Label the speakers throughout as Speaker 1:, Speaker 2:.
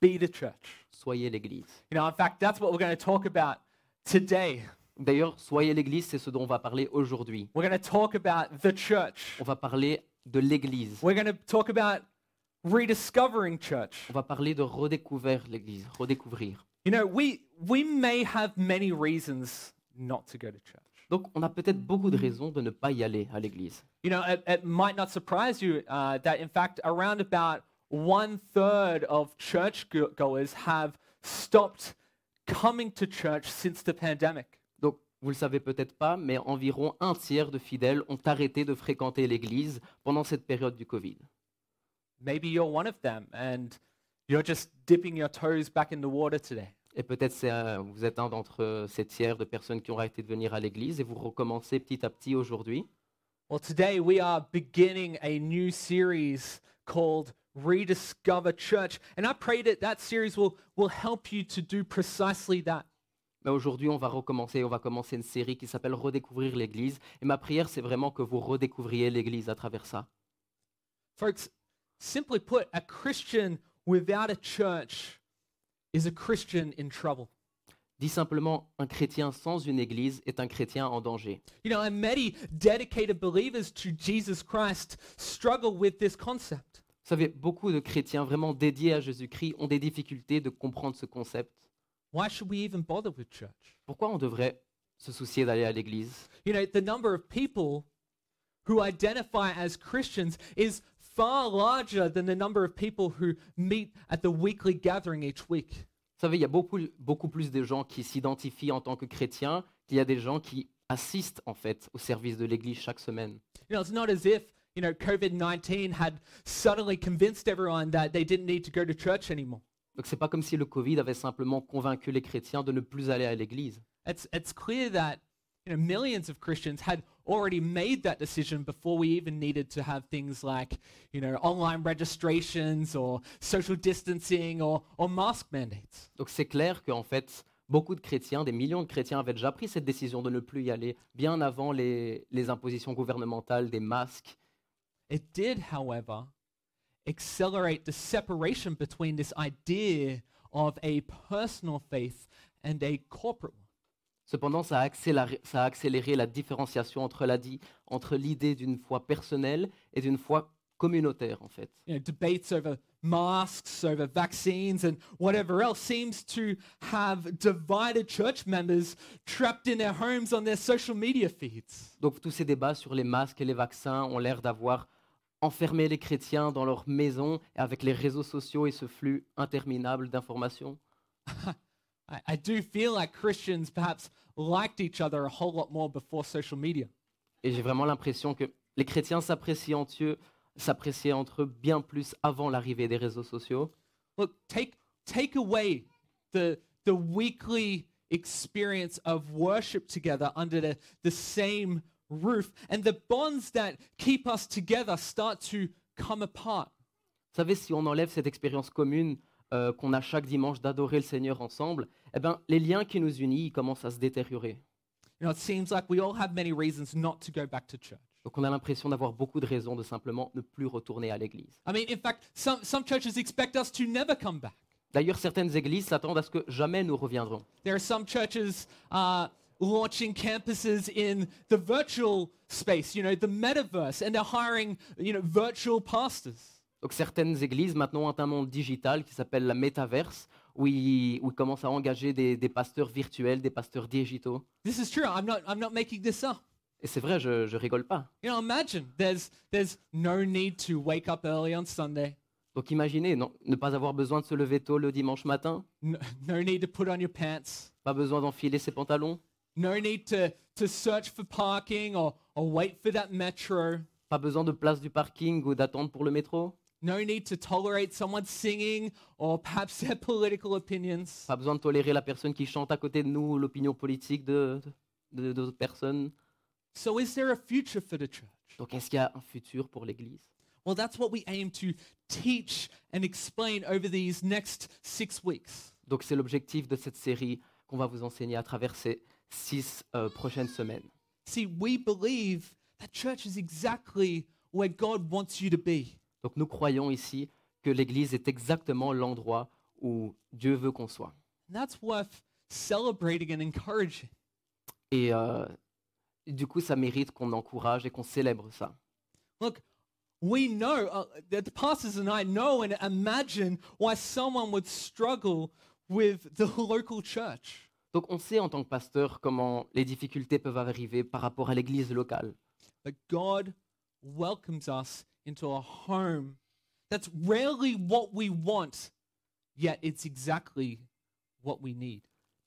Speaker 1: Be the church.
Speaker 2: Soyez l'Église.
Speaker 1: You know, in fact, that's what we're going to talk about today.
Speaker 2: D'ailleurs, soyez l'Église, c'est ce dont on va parler aujourd'hui.
Speaker 1: We're going to talk about the church.
Speaker 2: On va parler de l'Église.
Speaker 1: We're going to talk about rediscovering church.
Speaker 2: On va parler de redécouvrir l'Église, redécouvrir.
Speaker 1: You know, we we may have many reasons not to go to church.
Speaker 2: Donc, on a peut-être beaucoup de raisons de ne pas y aller à l'Église.
Speaker 1: You know, it, it might not surprise you uh, that, in fact, around about one third of churchgoers have stopped coming to church since the pandemic.
Speaker 2: Donc, vous le savez peut-être pas, mais environ un tiers de fidèles ont arrêté de fréquenter l'Église pendant cette période du Covid.
Speaker 1: Maybe you're one of them and you're just dipping your toes back in the water today.
Speaker 2: Et peut-être c'est, euh, vous êtes un d'entre euh, ces tiers de personnes qui ont arrêté de venir à l'Église et vous recommencez petit à petit aujourd'hui.
Speaker 1: Well, today we are beginning a new series called Rediscover Church. And I pray that that series will, will help you to do precisely that.
Speaker 2: Mais Bah, aujourd'hui, on va recommencer, on va commencer une série qui s'appelle Redécouvrir l'Église. Et ma prière, c'est vraiment que vous redécouvriez l'Église à travers ça.
Speaker 1: Folks, simply put, a Christian without a church is a Christian in trouble.
Speaker 2: Dis simplement, un chrétien sans une Église est un chrétien en danger.
Speaker 1: You know, and many dedicated believers to Jesus Christ struggle with this concept.
Speaker 2: Vous savez, beaucoup de chrétiens vraiment dédiés à Jésus-Christ ont des difficultés de comprendre ce concept.
Speaker 1: Why should we even bother with church?
Speaker 2: Pourquoi on devrait se soucier d'aller à l'Église
Speaker 1: You know, the number of people who identify as Christians is far larger than the number of people who meet at the weekly gathering each week.
Speaker 2: Vous savez, il y a beaucoup, beaucoup plus de gens qui s'identifient en tant que chrétiens qu'il y a des gens qui assistent en fait au service de l'Église chaque semaine.
Speaker 1: You know, it's not as if, you know, COVID 19 had suddenly convinced everyone that they didn't need to go to church anymore.
Speaker 2: Donc c'est pas comme si le Covid avait simplement convaincu les chrétiens de ne plus aller à l'Église.
Speaker 1: It's, it's clear that, you know, millions of Christians had already made that decision before we even needed to have things like, you know, online registrations or social distancing or, or mask mandates.
Speaker 2: Donc c'est clair qu'en fait, beaucoup de chrétiens, des millions de chrétiens avaient déjà pris cette décision de ne plus y aller bien avant les, les impositions gouvernementales, des masques.
Speaker 1: It did, however, accelerate the separation between this idea of a personal faith and a corporate one.
Speaker 2: Cependant, ça a accéléré, ça a accéléré la différenciation entre la di- entre l'idée d'une foi personnelle et d'une foi communautaire en fait.
Speaker 1: You know, debates over masks, over vaccines, and whatever else seems to have divided church members trapped in their homes on their social media feeds.
Speaker 2: Donc tous ces débats sur les masques et les vaccins ont l'air d'avoir enfermé les chrétiens dans leur maison avec les réseaux sociaux et ce flux interminable d'informations.
Speaker 1: I, I do feel like Christians perhaps liked each other a whole lot more before social media.
Speaker 2: Et j'ai vraiment l'impression que les chrétiens s'apprécient entre eux, s'appréciaient entre eux bien plus avant l'arrivée des réseaux sociaux.
Speaker 1: Look, take take away the the weekly experience of worship together under the, the same roof, and the bonds that keep us together start to come apart.
Speaker 2: Vous savez, si on enlève cette expérience commune euh, qu'on a chaque dimanche d'adorer le Seigneur ensemble, eh ben, les liens qui nous unissent ils commencent à se détériorer.
Speaker 1: You know, it seems like we all have many reasons not to go back to church.
Speaker 2: Donc on a l'impression d'avoir beaucoup de raisons de simplement ne plus retourner à l'église.
Speaker 1: I mean, in fact, some, some churches expect us to never come back.
Speaker 2: D'ailleurs, certaines églises s'attendent à ce que jamais nous reviendrons.
Speaker 1: There are some churches uh, launching campuses in the virtual space, you know, the metaverse, and they're hiring, you know, virtual pastors.
Speaker 2: Donc certaines églises maintenant ont un monde digital qui s'appelle la métaverse, où ils, où ils commencent à engager des, des pasteurs virtuels, des pasteurs digitaux.
Speaker 1: This is true. I'm not, I'm not making this up.
Speaker 2: Et c'est vrai, je, je rigole pas.
Speaker 1: You know, imagine there's, there's no need to wake up early on Sunday,
Speaker 2: Donc imaginez, non, ne pas avoir besoin de se lever tôt le dimanche matin,
Speaker 1: no, no need to put on your pants,
Speaker 2: pas besoin d'enfiler ses pantalons,
Speaker 1: no need to, to search for parking or, or wait for that metro,
Speaker 2: pas besoin de place du parking ou d'attendre pour le métro,
Speaker 1: no need to tolerate someone singing or perhaps their political opinions.
Speaker 2: pas besoin de tolérer la personne qui chante à côté de nous ou l'opinion politique de de- de- d'autres personnes.
Speaker 1: So, is there a future for the church?
Speaker 2: Donc est-ce qu'il y a un futur pour l'Église
Speaker 1: Well, that's what we aim to teach and explain over these next six weeks.
Speaker 2: Donc c'est l'objectif de cette série qu'on va vous enseigner à travers ces six euh, prochaines semaines.
Speaker 1: See, we believe that church is exactly where God wants you to be.
Speaker 2: Donc nous croyons ici que l'Église est exactement l'endroit où Dieu veut qu'on soit.
Speaker 1: And that's worth celebrating and encouraging.
Speaker 2: Et euh, du coup, ça mérite qu'on encourage et qu'on célèbre ça.
Speaker 1: Look, we know, uh, that the pastors and I know and imagine why someone would struggle with the local church.
Speaker 2: Donc on sait en tant que pasteur comment les difficultés peuvent arriver par rapport à l'église locale.
Speaker 1: But God welcomes us into a home that's rarely what we want, yet it's exactly what we need.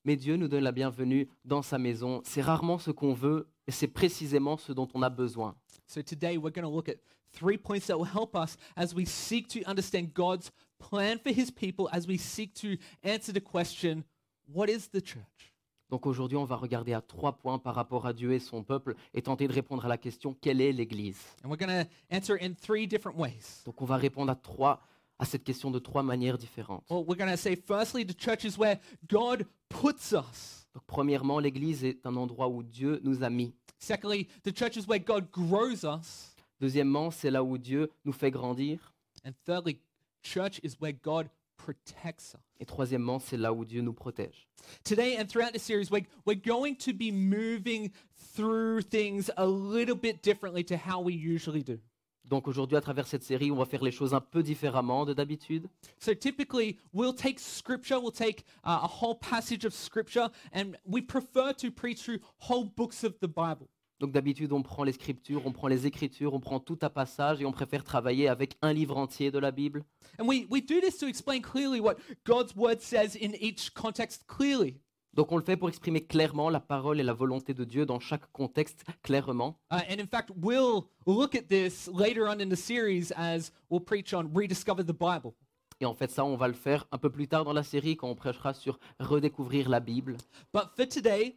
Speaker 2: Mais Dieu nous donne la bienvenue dans sa maison. C'est rarement ce qu'on veut et c'est précisément ce dont on a besoin.
Speaker 1: So today we're going to look at three points that will help us as we seek to understand God's plan for his people, as we seek to answer the question, what is the church?
Speaker 2: Donc aujourd'hui, on va regarder à trois points par rapport à Dieu et son peuple et tenter de répondre à la question quelle est l'église
Speaker 1: And we're going to answer it in three different ways.
Speaker 2: Donc on va répondre à trois à cette question de trois manières différentes.
Speaker 1: Well, we're going to say firstly, the church is where God puts us.
Speaker 2: Donc premièrement, l'église est un endroit où Dieu nous a mis.
Speaker 1: Secondly, the church is where God grows us.
Speaker 2: Deuxièmement, c'est là où Dieu nous fait grandir.
Speaker 1: And thirdly, church is where God protects us.
Speaker 2: Et troisièmement, c'est là où Dieu nous protège.
Speaker 1: Today and throughout the series, we're, we're going to be moving through things a little bit differently to how we usually do.
Speaker 2: Donc aujourd'hui, à travers cette série, on va faire les choses un peu différemment de d'habitude.
Speaker 1: So typically, we'll take scripture, we'll take uh, a whole passage of scripture, and we prefer to preach through whole books of the Bible.
Speaker 2: Donc d'habitude, on prend les scriptures, on prend les écritures, on prend tout un passage et on préfère travailler avec un livre entier de la Bible.
Speaker 1: And we, we do this to explain clearly what God's word says in each context clearly.
Speaker 2: Donc on le fait pour exprimer clairement la parole et la volonté de Dieu dans chaque contexte clairement.
Speaker 1: Uh, and in fact, we'll look at this later on in the series as we'll preach on rediscover the Bible.
Speaker 2: Et en fait, ça, on va le faire un peu plus tard dans la série quand on prêchera sur redécouvrir la Bible.
Speaker 1: But for today,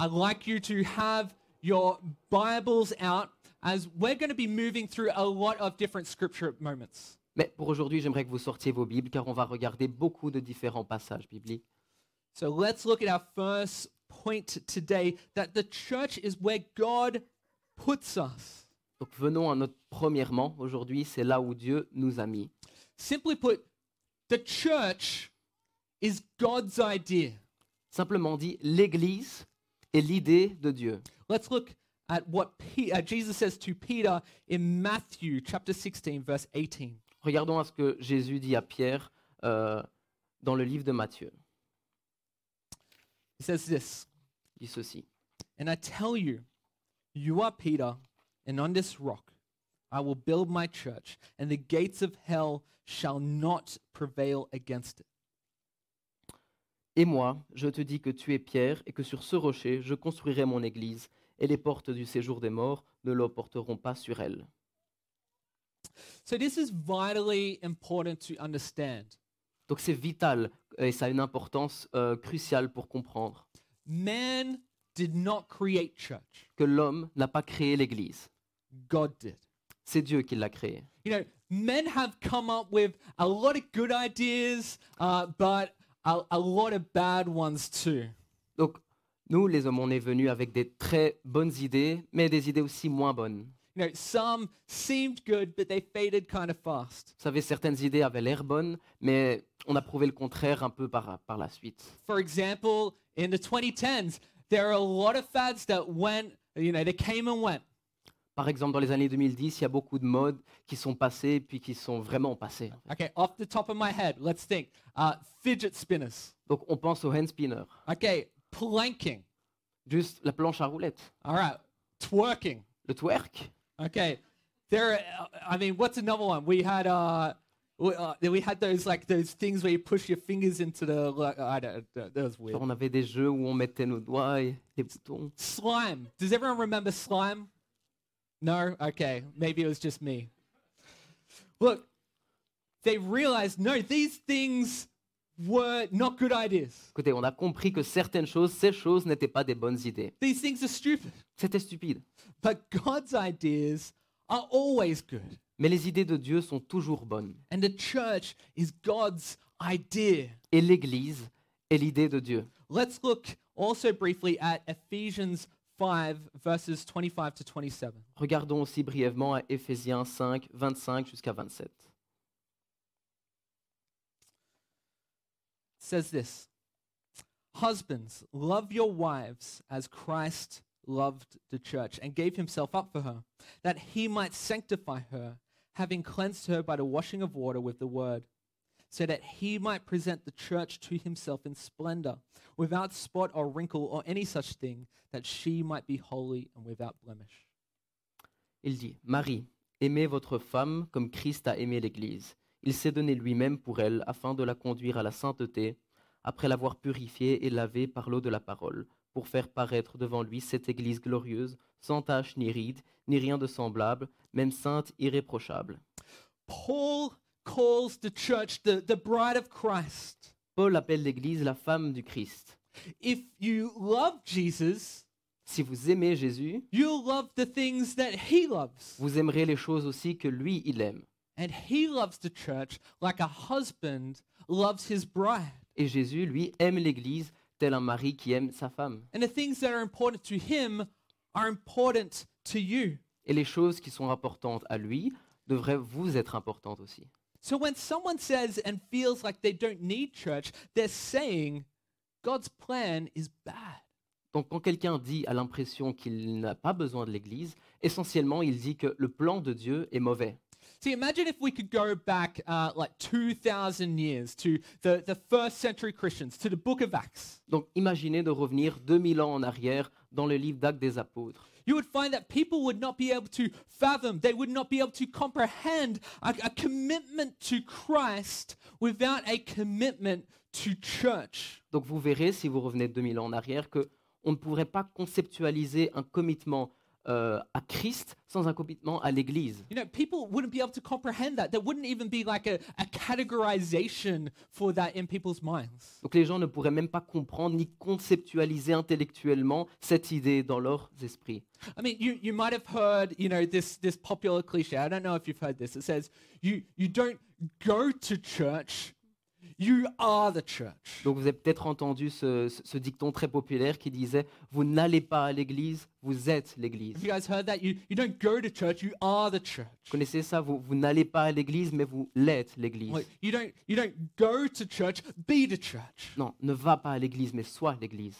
Speaker 1: I'd like you to have your Bibles out as we're going to be moving through a lot of different scripture moments.
Speaker 2: Mais pour aujourd'hui, j'aimerais que vous sortiez vos Bibles car on va regarder beaucoup de différents passages bibliques.
Speaker 1: So let's look at our first point today that the church is where God puts us.
Speaker 2: Donc venons à notre premièrement aujourd'hui, c'est là où Dieu nous a mis.
Speaker 1: Simply put, the church is God's idea.
Speaker 2: Simplement dit, l'Église est l'idée de Dieu.
Speaker 1: Let's look at what Pe- uh, Jesus says to Peter in Matthew chapter 16, verse 18.
Speaker 2: Regardons à ce que Jésus dit à Pierre euh, dans le livre de Matthieu.
Speaker 1: He says this.
Speaker 2: Il dit ceci.
Speaker 1: And I tell you, you are Peter, and on this rock I will build my church, and the gates of hell shall not prevail against it.
Speaker 2: Et moi, je te dis que tu es Pierre et que sur ce rocher, je construirai mon église, et les portes du séjour des morts ne l'emporteront pas sur elle.
Speaker 1: So, this is vitally important to understand.
Speaker 2: Donc c'est vital et ça a une importance euh, cruciale pour comprendre
Speaker 1: Man did not create church,
Speaker 2: que l'homme n'a pas créé l'église.
Speaker 1: God did.
Speaker 2: C'est Dieu qui l'a créée.
Speaker 1: You know, men have come up with a lot of good ideas, uh, but a, a lot of bad ones too.
Speaker 2: Donc nous, les hommes, on est venus avec des très bonnes idées, mais des idées aussi moins bonnes.
Speaker 1: You know, some seemed good, but they faded kind of fast.
Speaker 2: Vous savez, certaines idées avaient l'air bonnes, mais on a prouvé le contraire un peu par, par la suite.
Speaker 1: For example, in the 2010s, there are a lot of fads that went, you know, they came and went.
Speaker 2: Par exemple, dans les années 2010, il y a beaucoup de modes qui sont passées puis qui sont vraiment passées.
Speaker 1: Okay, off the top of my head, let's think. Uh, fidget spinners.
Speaker 2: Donc on pense au hand spinner,
Speaker 1: Okay, planking.
Speaker 2: juste la planche à roulettes,
Speaker 1: All right, twerking.
Speaker 2: le twerk.
Speaker 1: Okay, there. Are, I mean, what's another one? We had uh, we, uh, we had those like those things where you push your fingers into the. like, I don't. uh, That that was
Speaker 2: Genre,
Speaker 1: weird.
Speaker 2: on avait des jeux où on mettait nos doigts et des boutons.
Speaker 1: Slime. Does everyone remember slime? No. Okay, maybe it was just me. Look, they realized no, these things were not good ideas.
Speaker 2: Écoutez, on a compris que certaines choses, ces choses n'étaient pas des bonnes idées.
Speaker 1: These things are stupid.
Speaker 2: C'était stupide.
Speaker 1: But God's ideas are always good.
Speaker 2: Mais les idées de Dieu sont toujours bonnes.
Speaker 1: And the church is God's idea.
Speaker 2: Et l'Église est l'idée de Dieu.
Speaker 1: Let's look also briefly at Ephesians 5, verses 25 to 27.
Speaker 2: Regardons aussi brièvement à Éphésiens 5, 25 jusqu'à 27.
Speaker 1: says this Husbands, love your wives as Christ loved the church and gave himself up for her, that he might sanctify her, having cleansed her by the washing of water with the word, so that he might present the church to himself in splendor, without spot or wrinkle or any such thing, that she might be holy and without blemish.
Speaker 2: Il dit, Marie, aimez votre femme comme Christ a aimé l'Église. Il s'est donné lui-même pour elle afin de la conduire à la sainteté, après l'avoir purifiée et lavée par l'eau de la parole, pour faire paraître devant lui cette Église glorieuse, sans tache ni ride, ni rien de semblable, même sainte, irréprochable.
Speaker 1: Paul calls the church the, the bride of Christ.
Speaker 2: Paul appelle l'Église la femme du Christ.
Speaker 1: If you love Jesus,
Speaker 2: Si vous aimez Jésus,
Speaker 1: you'll love the things that he loves.
Speaker 2: vous aimerez les choses aussi que lui, il aime.
Speaker 1: And he loves the church like a husband loves his bride.
Speaker 2: Et Jésus, lui, aime l'Église tel un mari qui aime sa femme.
Speaker 1: And the things that are important to him are important to you.
Speaker 2: Et les choses qui sont importantes à lui devraient vous être importantes aussi.
Speaker 1: So when someone says and feels like they don't need church, they're saying God's plan is bad.
Speaker 2: Donc quand quelqu'un dit à l'impression qu'il n'a pas besoin de l'Église, essentiellement il dit que le plan de Dieu est mauvais.
Speaker 1: See, imagine if we could go back uh, like 2,000 years to the, the first century Christians, to the book of Acts.
Speaker 2: Donc imaginez de revenir 2000 ans en arrière dans le livre d'actes des apôtres.
Speaker 1: You would find that people would not be able to fathom, they would not be able to comprehend a, a commitment to Christ without a commitment to church.
Speaker 2: Donc vous verrez si vous revenez 2000 ans en arrière que on ne pourrait pas conceptualiser un commitment euh, à Christ sans un commitment à l'Église.
Speaker 1: You know, people wouldn't be able to comprehend that. There wouldn't even be like a, a categorization for that in people's minds.
Speaker 2: Donc les gens ne pourraient même pas comprendre ni conceptualiser intellectuellement cette idée dans leurs esprits.
Speaker 1: I mean, you, you might have heard, you know, this, this popular cliche. I don't know if you've heard this. It says, you, you don't go to church, you are the church.
Speaker 2: Donc vous avez peut-être entendu ce, ce- ce dicton très populaire qui disait ⁇ Vous n'allez pas à l'église, vous êtes l'église
Speaker 1: Have
Speaker 2: ⁇
Speaker 1: you guys heard that? You, you don't go to church, you are the church.
Speaker 2: Vous connaissez ça Vous, vous n'allez pas à l'église, mais vous l'êtes l'église.
Speaker 1: Like, you, don't, you don't go to church, be the church.
Speaker 2: Non, ne va pas à l'église, mais sois l'église.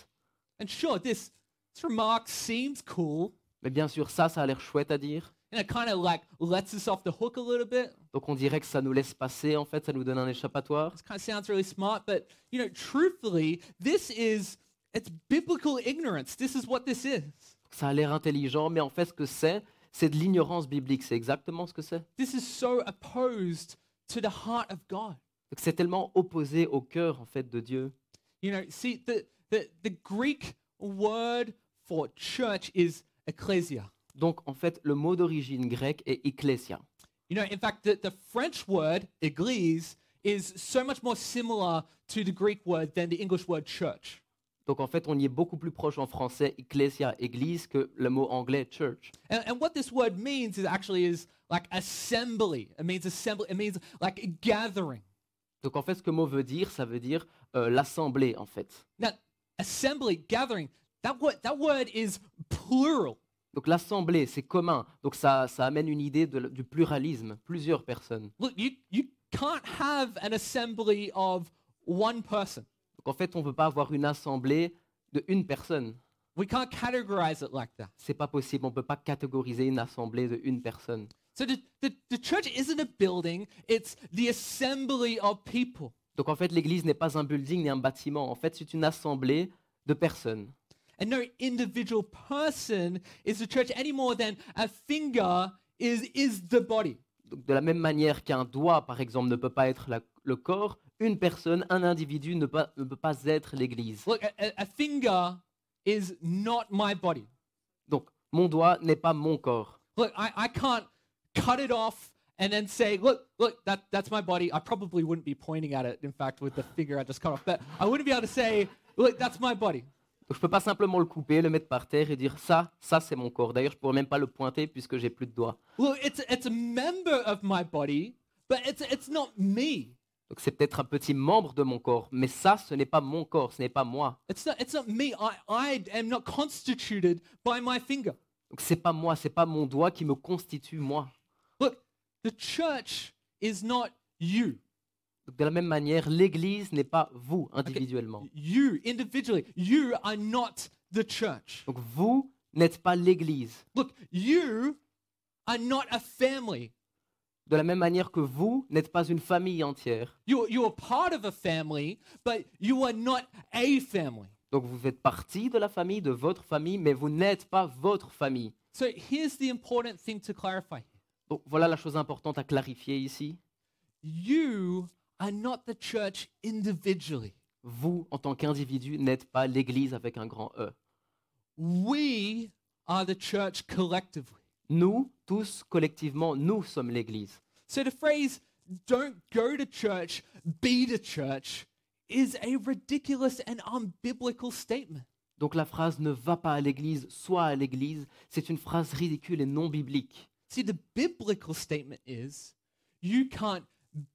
Speaker 1: And sure, this, this remark seems cool
Speaker 2: Mais bien sûr, ça, ça a l'air chouette à dire.
Speaker 1: and it kind of like lets us off the hook a little bit.
Speaker 2: Donc on dirait que ça nous laisse passer, en fait, ça nous donne un échappatoire.
Speaker 1: This kind of sounds really smart, but you know, truthfully, this is it's biblical ignorance. This is what this is.
Speaker 2: Ça a l'air intelligent, mais en fait, ce que c'est, c'est de l'ignorance biblique. C'est exactement ce que c'est.
Speaker 1: This is so opposed to the heart of God.
Speaker 2: Donc c'est tellement opposé au cœur, en fait, de Dieu.
Speaker 1: You know, see the the, the Greek word for church is ecclesia.
Speaker 2: Donc, en fait, le mot d'origine grecque est ecclesia.
Speaker 1: You know, in fact, the, the French word église is so much more similar to the Greek word than the English word church.
Speaker 2: Donc en fait, on y est beaucoup plus proche en français ecclesia, église, que le mot anglais church.
Speaker 1: And, and what this word means is actually is like assembly. It means assembly. It means like a gathering.
Speaker 2: Donc en fait, ce que mot veut dire, ça veut dire euh, l'assemblée en fait.
Speaker 1: Now, assembly, gathering, that word, that word is plural.
Speaker 2: Donc l'assemblée, c'est commun. Donc ça, ça amène une idée de l- du pluralisme, plusieurs personnes.
Speaker 1: Look, you, you can't have an assembly of one person.
Speaker 2: Donc en fait, on ne peut pas avoir une assemblée de une personne.
Speaker 1: We can't categorize it like that.
Speaker 2: C'est pas possible. On ne peut pas catégoriser une assemblée de une personne.
Speaker 1: So the, the, the church isn't a building, it's the assembly of people.
Speaker 2: Donc en fait, l'église n'est pas un building ni un bâtiment. En fait, c'est une assemblée de personnes.
Speaker 1: And no individual person is the church any more than a finger is, is the body.
Speaker 2: Donc, de la même manière qu'un doigt, par exemple, ne peut pas être la- le corps, une personne, un individu ne, pas- ne peut pas être l'Église.
Speaker 1: Look, a- a, a finger is not my body.
Speaker 2: Donc, mon doigt n'est pas mon corps.
Speaker 1: look I, I can't cut it off and then say look look that, that's my body i probably wouldn't be pointing at it in fact with the finger i just cut off but i wouldn't be able to say look that's my body
Speaker 2: Donc, je ne peux pas simplement le couper, le mettre par terre et dire ça, ça c'est mon corps. D'ailleurs, je ne pourrais même pas le pointer puisque j'ai plus de doigts.
Speaker 1: look it's, it's a member of my body but it's, it's not me
Speaker 2: Donc, c'est peut-être un petit membre de mon corps, mais ça, ce n'est pas mon corps, ce n'est pas moi.
Speaker 1: it's not, it's not me I, I am not constituted by my finger
Speaker 2: Donc, c'est pas moi, c'est pas mon doigt qui me constitue moi.
Speaker 1: look the church is not you
Speaker 2: Donc, de la même manière, l'Église n'est pas vous individuellement.
Speaker 1: You individually, you are not the church.
Speaker 2: Donc vous n'êtes pas l'Église.
Speaker 1: Look, you are not a family.
Speaker 2: De la même manière que vous n'êtes pas une famille entière.
Speaker 1: You, you are part of a family, but you are not a family.
Speaker 2: Donc vous faites partie de la famille, de votre famille, mais vous n'êtes pas votre famille.
Speaker 1: So here's the important thing to clarify
Speaker 2: Donc voilà la chose importante à clarifier ici.
Speaker 1: you are not the church individually.
Speaker 2: Vous, en tant qu'individu, n'êtes pas l'Église avec un grand E.
Speaker 1: We are the church collectively.
Speaker 2: Nous, tous, collectivement, nous sommes l'Église.
Speaker 1: So the phrase, don't go to church, be the church, is a ridiculous and unbiblical statement.
Speaker 2: Donc la phrase ne va pas à l'Église, soit à l'Église, c'est une phrase ridicule et non biblique.
Speaker 1: See, the biblical statement is you can't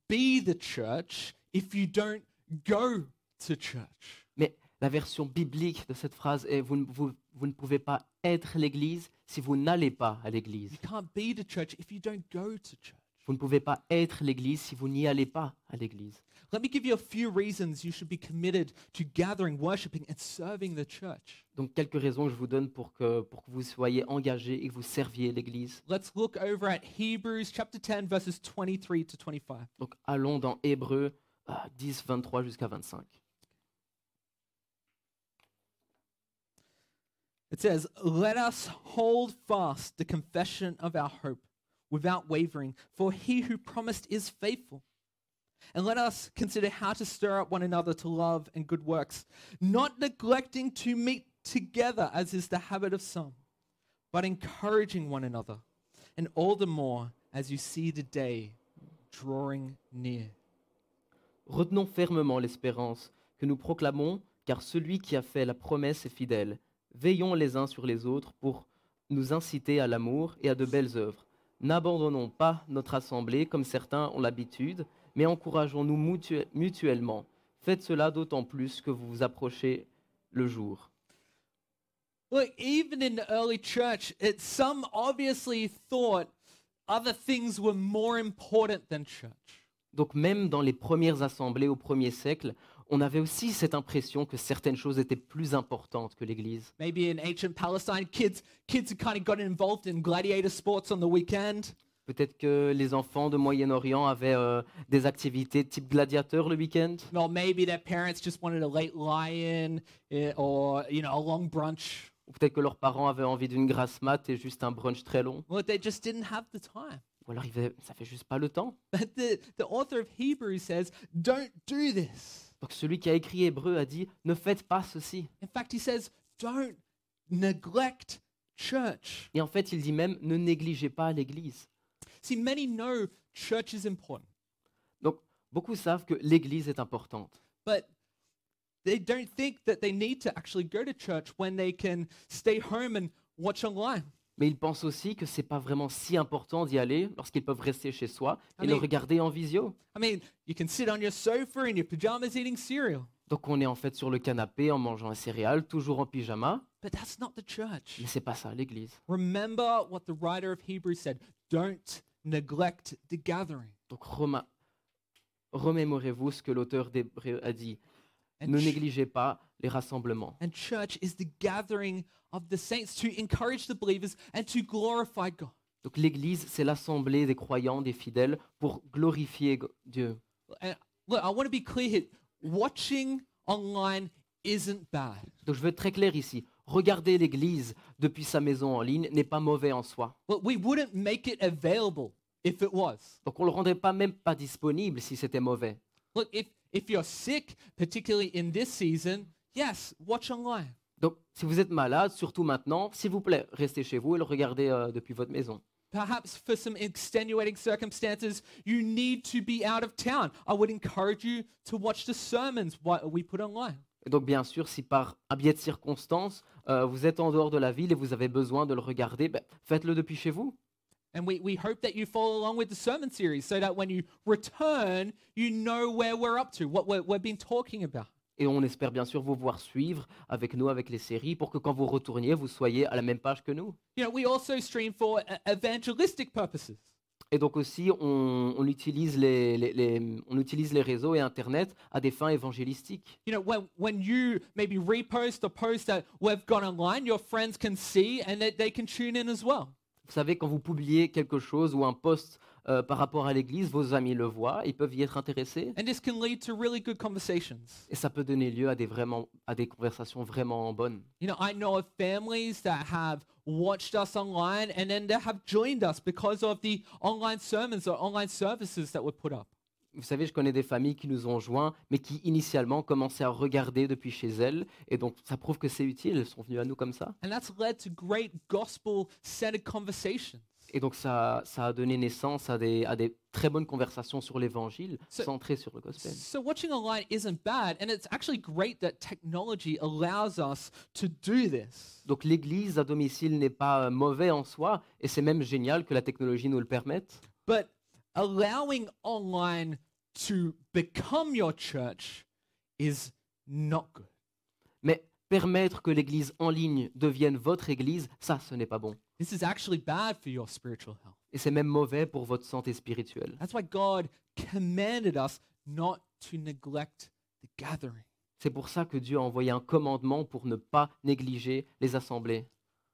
Speaker 1: be the church if you don't go to church.
Speaker 2: Mais la version biblique de cette phrase est vous ne, vous- vous ne pouvez pas être l'Église si vous n'allez pas à l'Église.
Speaker 1: You can't be the church if you don't go to church.
Speaker 2: Vous ne pouvez pas être l'Église si vous n'y allez pas à l'Église.
Speaker 1: Let me give you a few reasons you should be committed to gathering, worshiping, and serving the church.
Speaker 2: Donc quelques raisons que je vous donne pour que, pour que vous soyez engagés et que vous serviez l'Église.
Speaker 1: Let's look over at Hebrews chapter 10, verses 23 to 25.
Speaker 2: Donc allons dans Hébreu euh, 10, 23 jusqu'à 25.
Speaker 1: It says, Let us hold fast the confession of our hope without wavering, for he who promised is faithful. And let us consider how to stir up one another to love and good works, not neglecting to meet together as is the habit of some, but encouraging one another, and all the more as you see the day drawing near.
Speaker 2: Retenons fermement l'espérance que nous proclamons, car celui qui a fait la promesse est fidèle. Veillons les uns sur les autres pour nous inciter à l'amour et à de belles œuvres. N'abandonnons pas notre assemblée comme certains ont l'habitude, mais encourageons-nous mutu- mutuellement. Faites cela d'autant plus que vous vous approchez le jour.
Speaker 1: Look, even in the early church, it, some obviously thought other things were more important than church.
Speaker 2: Donc même dans les premières assemblées au premier siècle, on avait aussi cette impression que certaines choses étaient plus importantes que l'Église.
Speaker 1: Maybe in ancient Palestine, kids kids had kind of gotten involved in gladiator sports on the weekend.
Speaker 2: Peut-être que les enfants de Moyen-Orient avaient euh, des activités type gladiateur le week-end.
Speaker 1: Or maybe their parents just wanted a late lion eh, or you know a long brunch.
Speaker 2: Ou peut-être que leurs parents avaient envie d'une grasse mat et juste un brunch très long.
Speaker 1: Well, they just didn't have the time.
Speaker 2: Ou alors, ils avaient- ça fait juste pas le temps.
Speaker 1: But the, the author of Hebrews says, don't do this.
Speaker 2: Donc celui qui a écrit Hébreu a dit, ne faites pas ceci.
Speaker 1: In fact, he says, don't neglect church.
Speaker 2: Et en fait, il dit même, ne négligez pas l'Église.
Speaker 1: See, many know church is important.
Speaker 2: Donc, beaucoup savent que l'Église est importante.
Speaker 1: but they don't think that they need to actually go to church when they can stay home and watch online.
Speaker 2: Mais ils pensent aussi que c'est pas vraiment si important d'y aller lorsqu'ils peuvent rester chez soi et
Speaker 1: Ah,
Speaker 2: le
Speaker 1: mais-
Speaker 2: regarder en visio.
Speaker 1: I mean, you can sit on your sofa in your pajamas eating cereal,
Speaker 2: Donc on est en fait sur le canapé en mangeant un céréales, toujours en pyjama,
Speaker 1: but that's not the church.
Speaker 2: mais c'est pas ça l'Église.
Speaker 1: Remember what the writer of Hebrews said don't neglect the gathering.
Speaker 2: Donc rema- remémorez-vous ce que l'auteur d'Hébreu a dit.
Speaker 1: And,
Speaker 2: Ne
Speaker 1: ch-
Speaker 2: négligez pas les rassemblements.
Speaker 1: and church is the gathering of the saints to encourage the believers and to glorify God.
Speaker 2: Donc l'Église, c'est l'assemblée des croyants, des fidèles, pour glorifier go- Dieu.
Speaker 1: And look, I want to be clear here watching online isn't bad.
Speaker 2: Donc je veux être très clair ici. Regarder l'Église depuis sa maison en ligne n'est pas mauvais en soi.
Speaker 1: Well, we wouldn't make it available if it was.
Speaker 2: Donc on ne le rendrait pas même pas disponible si c'était mauvais.
Speaker 1: Look, if, if you're sick, particularly in this season, yes, watch online.
Speaker 2: Donc si vous êtes malade, surtout maintenant, s'il vous plaît, restez chez vous et le regardez euh, depuis votre maison.
Speaker 1: Perhaps for some extenuating circumstances, you need to be out of town. I would encourage you to watch the sermons what we put online.
Speaker 2: Et donc bien sûr, si par un biais de circonstances, euh, vous êtes en dehors de la ville et vous avez besoin de le regarder, ben, faites-le depuis chez vous.
Speaker 1: And we, we hope that you follow along with the sermon series so that when you return, you know where we're up to, what we're, we've been talking about.
Speaker 2: Et on espère bien sûr vous voir suivre avec nous, avec les séries, pour que quand vous retourniez, vous soyez à la même page que nous.
Speaker 1: You know, we also stream for uh, evangelistic purposes.
Speaker 2: Et donc aussi, on, on utilise les, les- les- on utilise les réseaux et Internet à des fins évangélistiques.
Speaker 1: You know, when, when you maybe repost a post that we've got online, your friends can see and they, they can tune in as well.
Speaker 2: Vous savez, quand vous publiez quelque chose ou un post euh, par rapport à l'Église, vos amis le voient, ils peuvent y être intéressés.
Speaker 1: And this can lead to really good conversations.
Speaker 2: Et ça peut donner lieu à des, vraiment, à des conversations vraiment bonnes.
Speaker 1: You know, I know of families that have watched us online and then they have joined us because of the online sermons or online services that were put up.
Speaker 2: Vous savez, je connais des familles qui nous ont joints, mais qui initialement commençaient à regarder depuis chez elles. Et donc, ça prouve que c'est utile. Elles sont venues à nous comme ça.
Speaker 1: And that's led to great gospel-centered conversations.
Speaker 2: Et donc, ça, ça a donné naissance à des, à des très bonnes conversations sur l'Évangile,
Speaker 1: Ce-
Speaker 2: centrées sur le gospel.
Speaker 1: So watching online isn't bad, and it's actually great that technology allows us to do this.
Speaker 2: Donc, l'Église à domicile n'est pas euh, mauvais en soi, et c'est même génial que la technologie nous le permette.
Speaker 1: But allowing online to become your church is not good.
Speaker 2: Mais permettre que l'Église en ligne devienne votre Église, ça, ce n'est pas bon.
Speaker 1: This is actually bad for your spiritual health.
Speaker 2: Et c'est même mauvais pour votre santé spirituelle.
Speaker 1: That's why God commanded us not to neglect the gathering.
Speaker 2: C'est pour ça que Dieu a envoyé un commandement pour ne pas négliger les assemblées.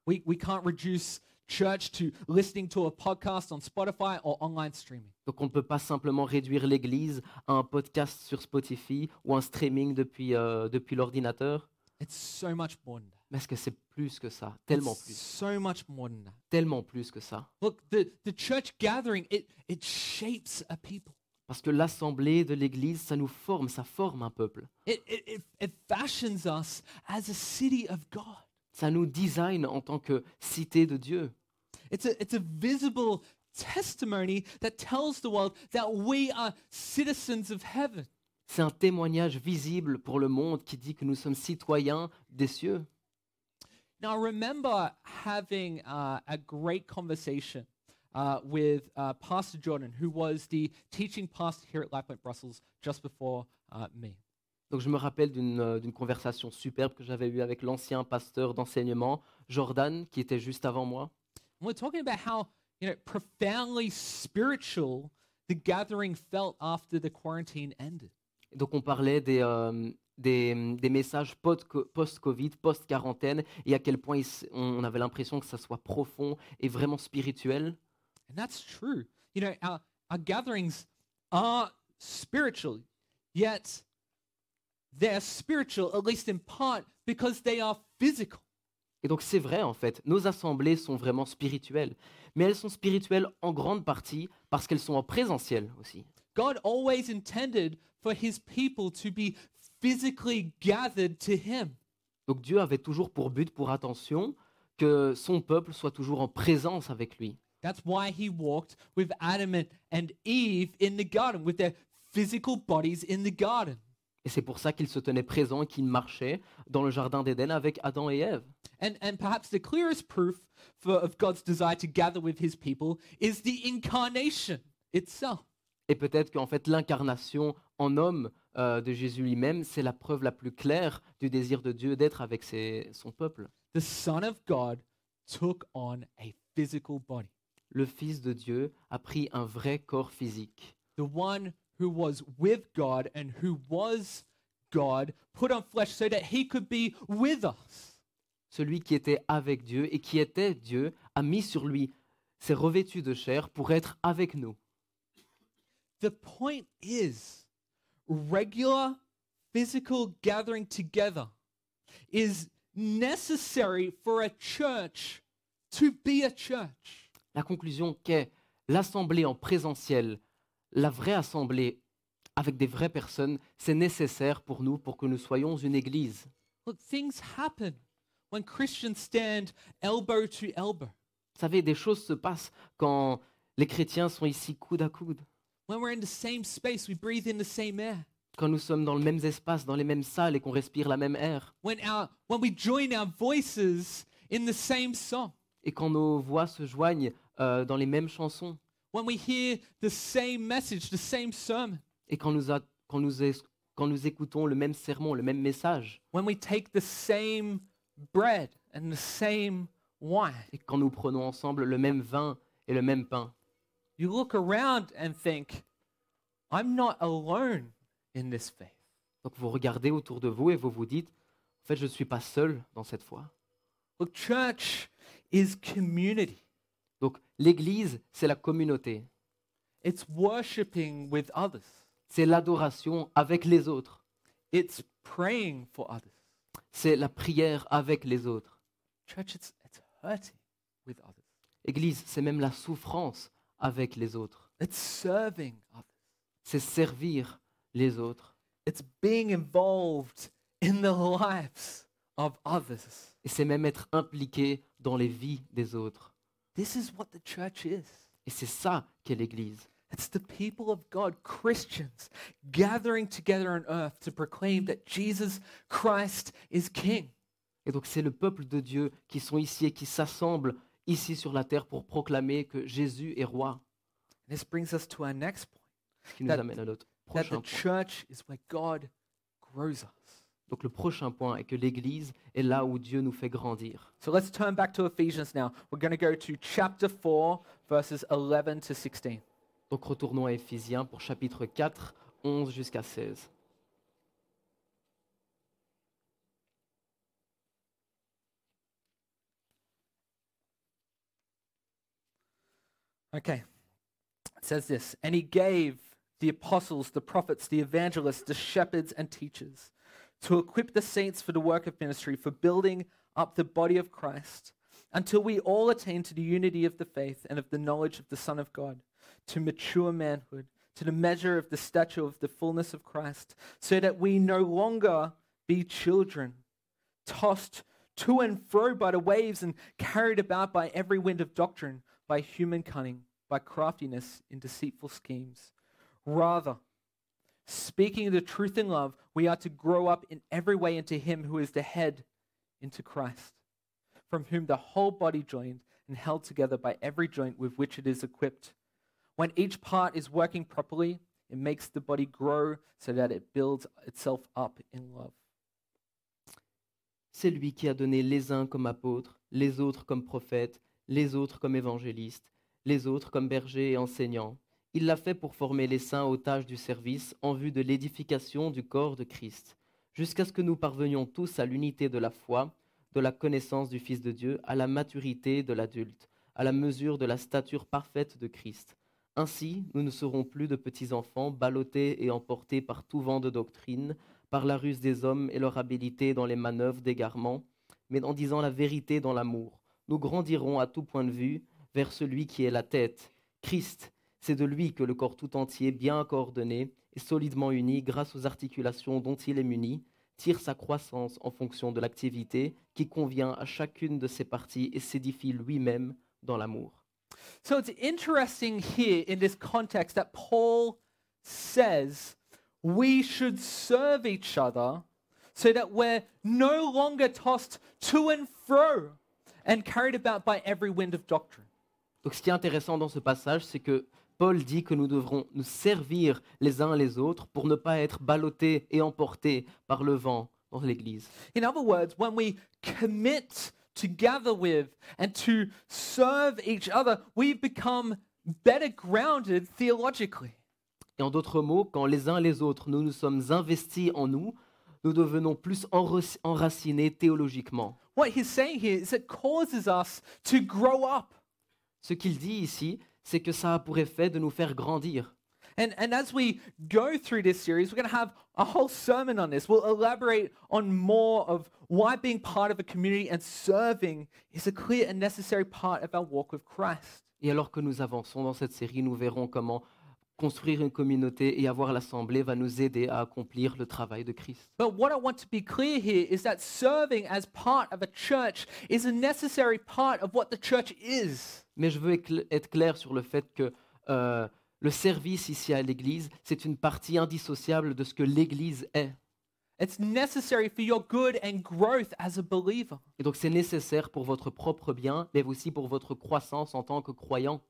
Speaker 1: We, we can't reduce church to listening to a podcast on Spotify or online streaming.
Speaker 2: Donc on ne peut pas simplement réduire l'Église à un podcast sur Spotify ou un streaming depuis, euh, depuis l'ordinateur.
Speaker 1: It's so much more than that.
Speaker 2: Parce que c'est plus que ça, tellement
Speaker 1: It's
Speaker 2: plus,
Speaker 1: so much more than that.
Speaker 2: tellement plus que ça.
Speaker 1: Look, the, the church gathering, it, it shapes a people.
Speaker 2: Parce que l'assemblée de l'Église, ça nous forme, ça forme un peuple.
Speaker 1: It, it, it, it fashions us as a city of God.
Speaker 2: Ça nous design en tant que cité de Dieu.
Speaker 1: It's a, it's a visible testimony that tells the world that we are citizens of heaven.
Speaker 2: C'est un témoignage visible pour le monde qui dit que nous sommes citoyens des cieux.
Speaker 1: Now, I remember having uh, a great conversation uh, with uh, Pastor Jordan, who was the teaching pastor here at LifePoint Brussels just before uh, me.
Speaker 2: Donc je me rappelle d'une euh, d'une conversation superbe que j'avais eue avec l'ancien pasteur d'enseignement, Jordan, qui était juste avant moi.
Speaker 1: And we're talking about how you know profoundly spiritual the gathering felt after the quarantine ended.
Speaker 2: Et Donc on parlait des, euh, des, des messages pod- co- post-Covid, post-quarantaine, et à quel point ils s- on avait l'impression que ça soit profond et vraiment spirituel.
Speaker 1: And that's true. You know, our, our gatherings are spiritual, yet they're spiritual, at least in part, because they are physical.
Speaker 2: Et donc c'est vrai en fait, nos assemblées sont vraiment spirituelles, mais elles sont spirituelles en grande partie parce qu'elles sont en présentiel aussi.
Speaker 1: God always intended for his people to be physically gathered to him.
Speaker 2: Donc Dieu avait toujours pour but, pour attention, que son peuple soit toujours en présence avec lui.
Speaker 1: That's why he walked with Adam and- and Eve in the garden, with their physical bodies in the garden.
Speaker 2: Et c'est pour ça qu'il se tenait présent et qu'il marchait dans le jardin d'Éden avec Adam et Ève.
Speaker 1: And, and perhaps the clearest proof for, of God's desire to gather with his people is the incarnation itself.
Speaker 2: Et peut-être qu'en fait, l'incarnation en homme euh, de Jésus lui-même, c'est la preuve la plus claire du désir de Dieu d'être avec ses- son peuple.
Speaker 1: The Son of God took on a physical body.
Speaker 2: Le Fils de Dieu a pris un vrai corps physique.
Speaker 1: The one who was with God and who was God put on flesh so that he could be with us.
Speaker 2: Celui qui était avec Dieu et qui était Dieu a mis sur lui, s'est revêtu de chair pour être avec nous.
Speaker 1: The point is regular physical gathering together is necessary for a church to be a church.
Speaker 2: La conclusion qu'est l'assemblée en présentiel, la vraie assemblée avec des vraies personnes, c'est nécessaire pour nous, pour que nous soyons une église.
Speaker 1: Look, things happen when Christians stand elbow to elbow,
Speaker 2: Vous savez, des choses se passent quand les chrétiens sont ici coude à coude,
Speaker 1: when we're in the same space, we breathe in the same air.
Speaker 2: quand nous sommes dans le même espace, dans les mêmes salles et qu'on respire la même air,
Speaker 1: when our when we join our voices in the same song
Speaker 2: et quand nos voix se joignent euh, dans les mêmes chansons,
Speaker 1: when we hear the same message the same sermon
Speaker 2: et quand nous, a- quand nous es- quand nous écoutons le même sermon, le même message,
Speaker 1: when we take the same bread and the same wine
Speaker 2: et quand nous prenons ensemble le même vin et le même pain.
Speaker 1: You look around and think, I'm not alone in this faith.
Speaker 2: Donc vous regardez autour de vous et vous vous dites, en fait, je ne suis pas seul dans cette foi.
Speaker 1: Look, church is community.
Speaker 2: Donc l'Église, c'est la communauté,
Speaker 1: It's worshiping with others.
Speaker 2: c'est l'adoration avec les autres,
Speaker 1: It's praying for others.
Speaker 2: c'est la prière avec les autres.
Speaker 1: Church, it's, it's hurting with others.
Speaker 2: Église, c'est même la souffrance avec les autres,
Speaker 1: It's serving others.
Speaker 2: c'est servir les autres
Speaker 1: It's being involved in the lives of others.
Speaker 2: et c'est même être impliqué dans les vies des autres.
Speaker 1: This is what the church is.
Speaker 2: Et c'est ça qu'est l'Église.
Speaker 1: It's the people of God, Christians, gathering together on earth to proclaim that Jesus Christ is King.
Speaker 2: Et donc c'est le peuple de Dieu qui sont ici et qui s'assemblent ici sur la terre pour proclamer que Jésus est roi.
Speaker 1: This brings us to our next point
Speaker 2: Ce qui nous
Speaker 1: That-
Speaker 2: amène à notre
Speaker 1: that
Speaker 2: prochain
Speaker 1: the
Speaker 2: point.
Speaker 1: church is where God grows us.
Speaker 2: Donc le prochain point est que l'Église est là où Dieu nous fait grandir.
Speaker 1: So let's turn back to Ephesians now. We're going to go to chapter 4, verses 11 to 16.
Speaker 2: Donc retournons à Éphésiens pour chapitre 4, 11 jusqu'à 16.
Speaker 1: Okay. It says this And he gave the apostles, the prophets, the evangelists, the shepherds, and teachers to equip the saints for the work of ministry, for building up the body of Christ, until we all attain to the unity of the faith and of the knowledge of the Son of God, to mature manhood, to the measure of the stature of the fullness of Christ, so that we no longer be children tossed to and fro by the waves and carried about by every wind of doctrine, by human cunning, by craftiness in deceitful schemes. Rather, speaking the truth in love, we are to grow up in every way into Him who is the head, into Christ, from whom the whole body joined and held together by every joint with which it is equipped. When each part is working properly, it makes the body grow so that it builds itself up in love.
Speaker 2: C'est lui qui a donné les uns comme apôtres, les autres comme prophètes, les autres comme évangélistes, les autres comme bergers et enseignants. Il l'a fait pour former les saints aux tâches du service en vue de l'édification du corps de Christ, jusqu'à ce que nous parvenions tous à l'unité de la foi, de la connaissance du Fils de Dieu, à la maturité de l'adulte, à la mesure de la stature parfaite de Christ. Ainsi, nous ne serons plus de petits enfants ballottés et emportés par tout vent de doctrine par la ruse des hommes et leur habileté dans les manœuvres d'égarement, mais en disant la vérité dans l'amour. Nous grandirons à tout point de vue vers celui qui est la tête, Christ. C'est de lui que le corps tout entier, bien coordonné et solidement uni grâce aux articulations dont il est muni, tire sa croissance en fonction de l'activité qui convient à chacune de ses parties et s'édifie lui-même dans l'amour.
Speaker 1: So it's interesting here in this context that Paul says we should serve each other so that we're no longer tossed to and fro and carried about by every wind of doctrine.
Speaker 2: Donc ce qui est intéressant dans ce passage, c'est que Paul dit que nous devrons nous servir les uns les autres pour ne pas être ballottés et emportés par le vent dans l'Église.
Speaker 1: In other words, when we commit to gather with and to serve each other, we become better grounded theologically.
Speaker 2: Et en d'autres mots, quand les uns les autres, nous nous sommes investis en nous, nous devenons plus enrac- enracinés théologiquement.
Speaker 1: What he's saying here is it causes us to grow up.
Speaker 2: Ce qu'il dit ici, c'est que ça a pour effet de nous faire grandir.
Speaker 1: And, and as we go through this series, we're going to have a whole sermon on this. We'll elaborate on more of why being part of a community and serving is a clear and necessary part of our walk with Christ.
Speaker 2: Et alors que nous avançons dans cette série, nous verrons comment construire une communauté et avoir l'assemblée va nous aider à accomplir le travail de Christ.
Speaker 1: But what I want to be clear here is that serving as part of a church is a necessary part of what the church is.
Speaker 2: Mais je veux écl- être clair sur le fait que euh, le service ici à l'Église, c'est une partie indissociable de ce que l'Église est.
Speaker 1: It's necessary for your good and growth as a believer.
Speaker 2: Et donc c'est nécessaire pour votre propre bien, mais aussi pour votre croissance en tant que croyant.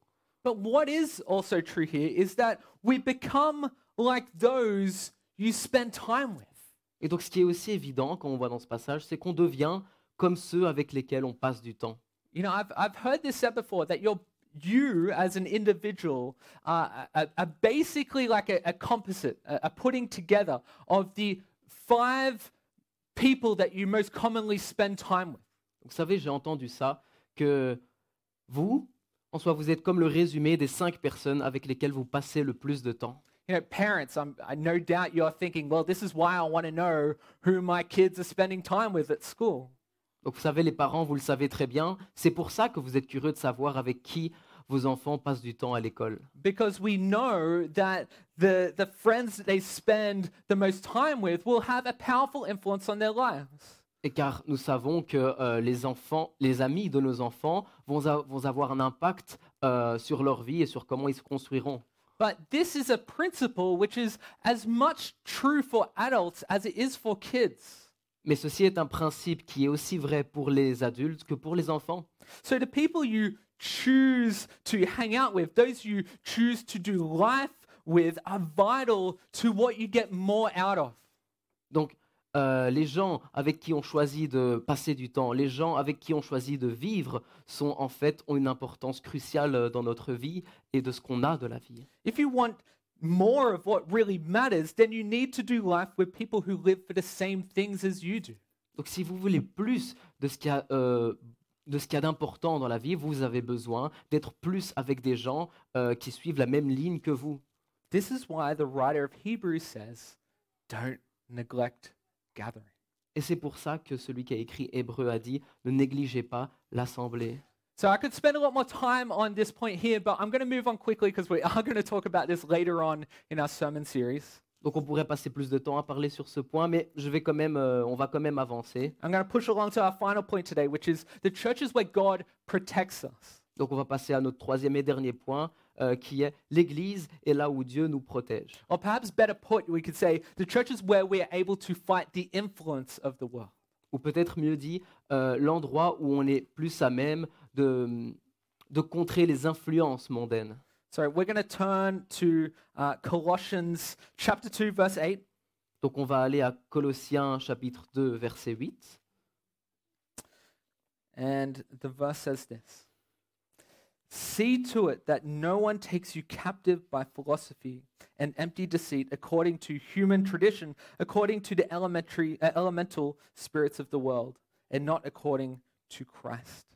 Speaker 1: But what is also true here is that we become like those you spend time with.
Speaker 2: Et donc ce qui est aussi évident quand on voit dans ce passage, c'est qu'on devient comme ceux avec lesquels on passe du temps.
Speaker 1: You know, I've, I've heard this said before that your, you as an individual are, are, are basically like a, a composite, a, a putting together of the five people that you most commonly spend time with.
Speaker 2: Vous savez, j'ai entendu ça, que vous, en soi, vous êtes comme le résumé des cinq personnes avec lesquelles vous passez le plus de temps.
Speaker 1: You know, parents, I'm, I no doubt you're thinking, well, this is why I want to know who my kids are spending time with at school.
Speaker 2: Donc vous savez, les parents, vous le savez très bien, c'est pour ça que vous êtes curieux de savoir avec qui vos enfants passent du temps à l'école.
Speaker 1: Because we know that the, the friends that they spend the most time with will have a powerful influence on their lives.
Speaker 2: Et car nous savons que euh, les enfants, les amis de nos enfants vont, a- vont avoir un impact euh, sur leur vie et sur comment ils se construiront.
Speaker 1: But this is a principle which is as much true for adults as it is for kids.
Speaker 2: Mais ceci est un principe qui est aussi vrai pour les adultes que pour les enfants.
Speaker 1: So the people you choose to hang out with, those you choose to do life with, are vital to what you get more out of.
Speaker 2: Donc, euh, les gens avec qui on choisit de passer du temps, les gens avec qui on choisit de vivre, sont en fait ont une importance cruciale euh, dans notre vie et de ce qu'on a de la vie.
Speaker 1: If you want more of what really matters, then you need to do life with people who live for the same things as you do.
Speaker 2: Donc, si vous voulez plus de ce qu'il y a, euh, de ce qu'il y a d'important dans la vie, vous avez besoin d'être plus avec des gens euh, qui suivent la même ligne que vous.
Speaker 1: This is why the writer of Hebrews says, don't neglect gathering.
Speaker 2: Et c'est pour ça que celui qui a écrit Hébreu a dit ne négligez pas l'assemblée.
Speaker 1: So I could spend a lot more time on this point here, but I'm going to move on quickly because we are going to talk about this later on in our sermon series.
Speaker 2: Donc on pourrait passer plus de temps à parler sur ce point, mais je vais quand même, euh, on va quand même avancer.
Speaker 1: I'm going to push along to our final point today, which is the church is where God protects us.
Speaker 2: Donc on va passer à notre troisième et dernier point, euh, qui est l'Église est là où Dieu nous protège.
Speaker 1: Or perhaps better put, we could say the church is where we are able to fight the influence of the world.
Speaker 2: Ou peut-être mieux dit, euh, l'endroit où on est plus à même de, de contrer les influences mondaines.
Speaker 1: So we're going to turn to uh, Colossians chapter 2, verse 8.
Speaker 2: Donc on va aller à Colossiens chapitre 2, verset 8.
Speaker 1: And the verse says this See to it that no one takes you captive by philosophy and empty deceit according to human tradition, according to the elementary, uh, elemental spirits of the world, and not according to Christ.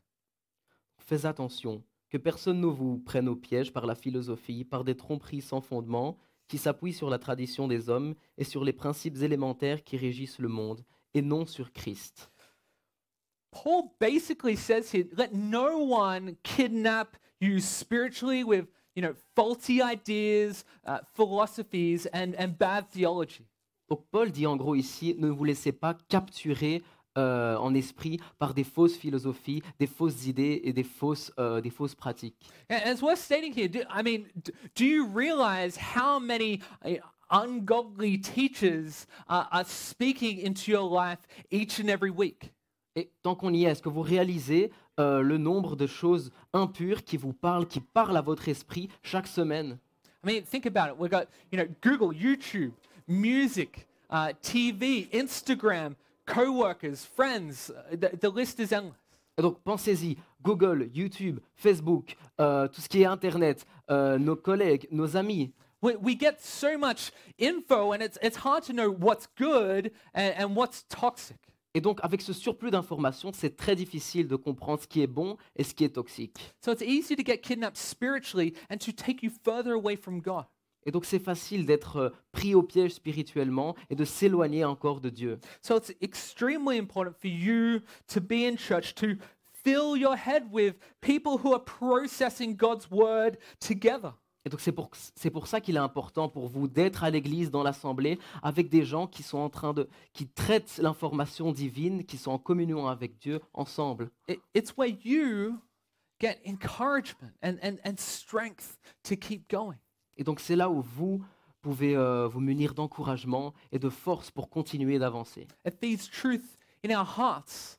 Speaker 2: Fais attention, que personne ne vous prenne au piège par la philosophie, par des tromperies sans fondement, qui s'appuient sur la tradition des hommes et sur les principes élémentaires qui régissent le monde, et non sur Christ.
Speaker 1: Paul basically says here let no one kidnap you spiritually with you know, faulty ideas, uh, philosophies, and, and bad theology.
Speaker 2: Donc Paul dit en gros ici, ne vous laissez pas capturer euh, en esprit par des fausses philosophies, des fausses idées et des fausses, euh, des fausses pratiques.
Speaker 1: And it's worth stating here. Do, I mean, d- do you realize how many uh, ungodly teachers uh, are speaking into your life each and every week?
Speaker 2: Et tant qu'on y est, est-ce que vous réalisez euh, le nombre de choses impures qui vous parlent, qui parlent à votre esprit chaque semaine
Speaker 1: I mean, think about it. We've got you know Google, YouTube, music, uh, TV, Instagram, coworkers, friends. Uh, the, the list is endless.
Speaker 2: Et Donc pensez-y, Google, YouTube, Facebook, euh, tout ce qui est Internet, euh, nos collègues, nos amis.
Speaker 1: We, we get so much info, and it's it's hard to know what's good and, and what's toxic.
Speaker 2: Et donc avec ce surplus d'informations, c'est très difficile de comprendre ce qui est bon et ce qui est toxique.
Speaker 1: So it's easy to get kidnapped spiritually and to take you further away from God.
Speaker 2: Et donc c'est facile d'être euh, pris au piège spirituellement et de s'éloigner encore de Dieu.
Speaker 1: So it's extremely important for you to be in church, to fill your head with people who are processing God's word together.
Speaker 2: Et donc c'est pour, c'est pour ça qu'il est important pour vous d'être à l'église, dans l'assemblée, avec des gens qui sont en train de, qui traitent l'information divine, qui sont en communion avec Dieu ensemble.
Speaker 1: It- it's where you get encouragement and, and, and strength to keep going.
Speaker 2: Et donc c'est là où vous pouvez euh, vous munir d'encouragement et de force pour continuer d'avancer.
Speaker 1: It feeds truth in our hearts,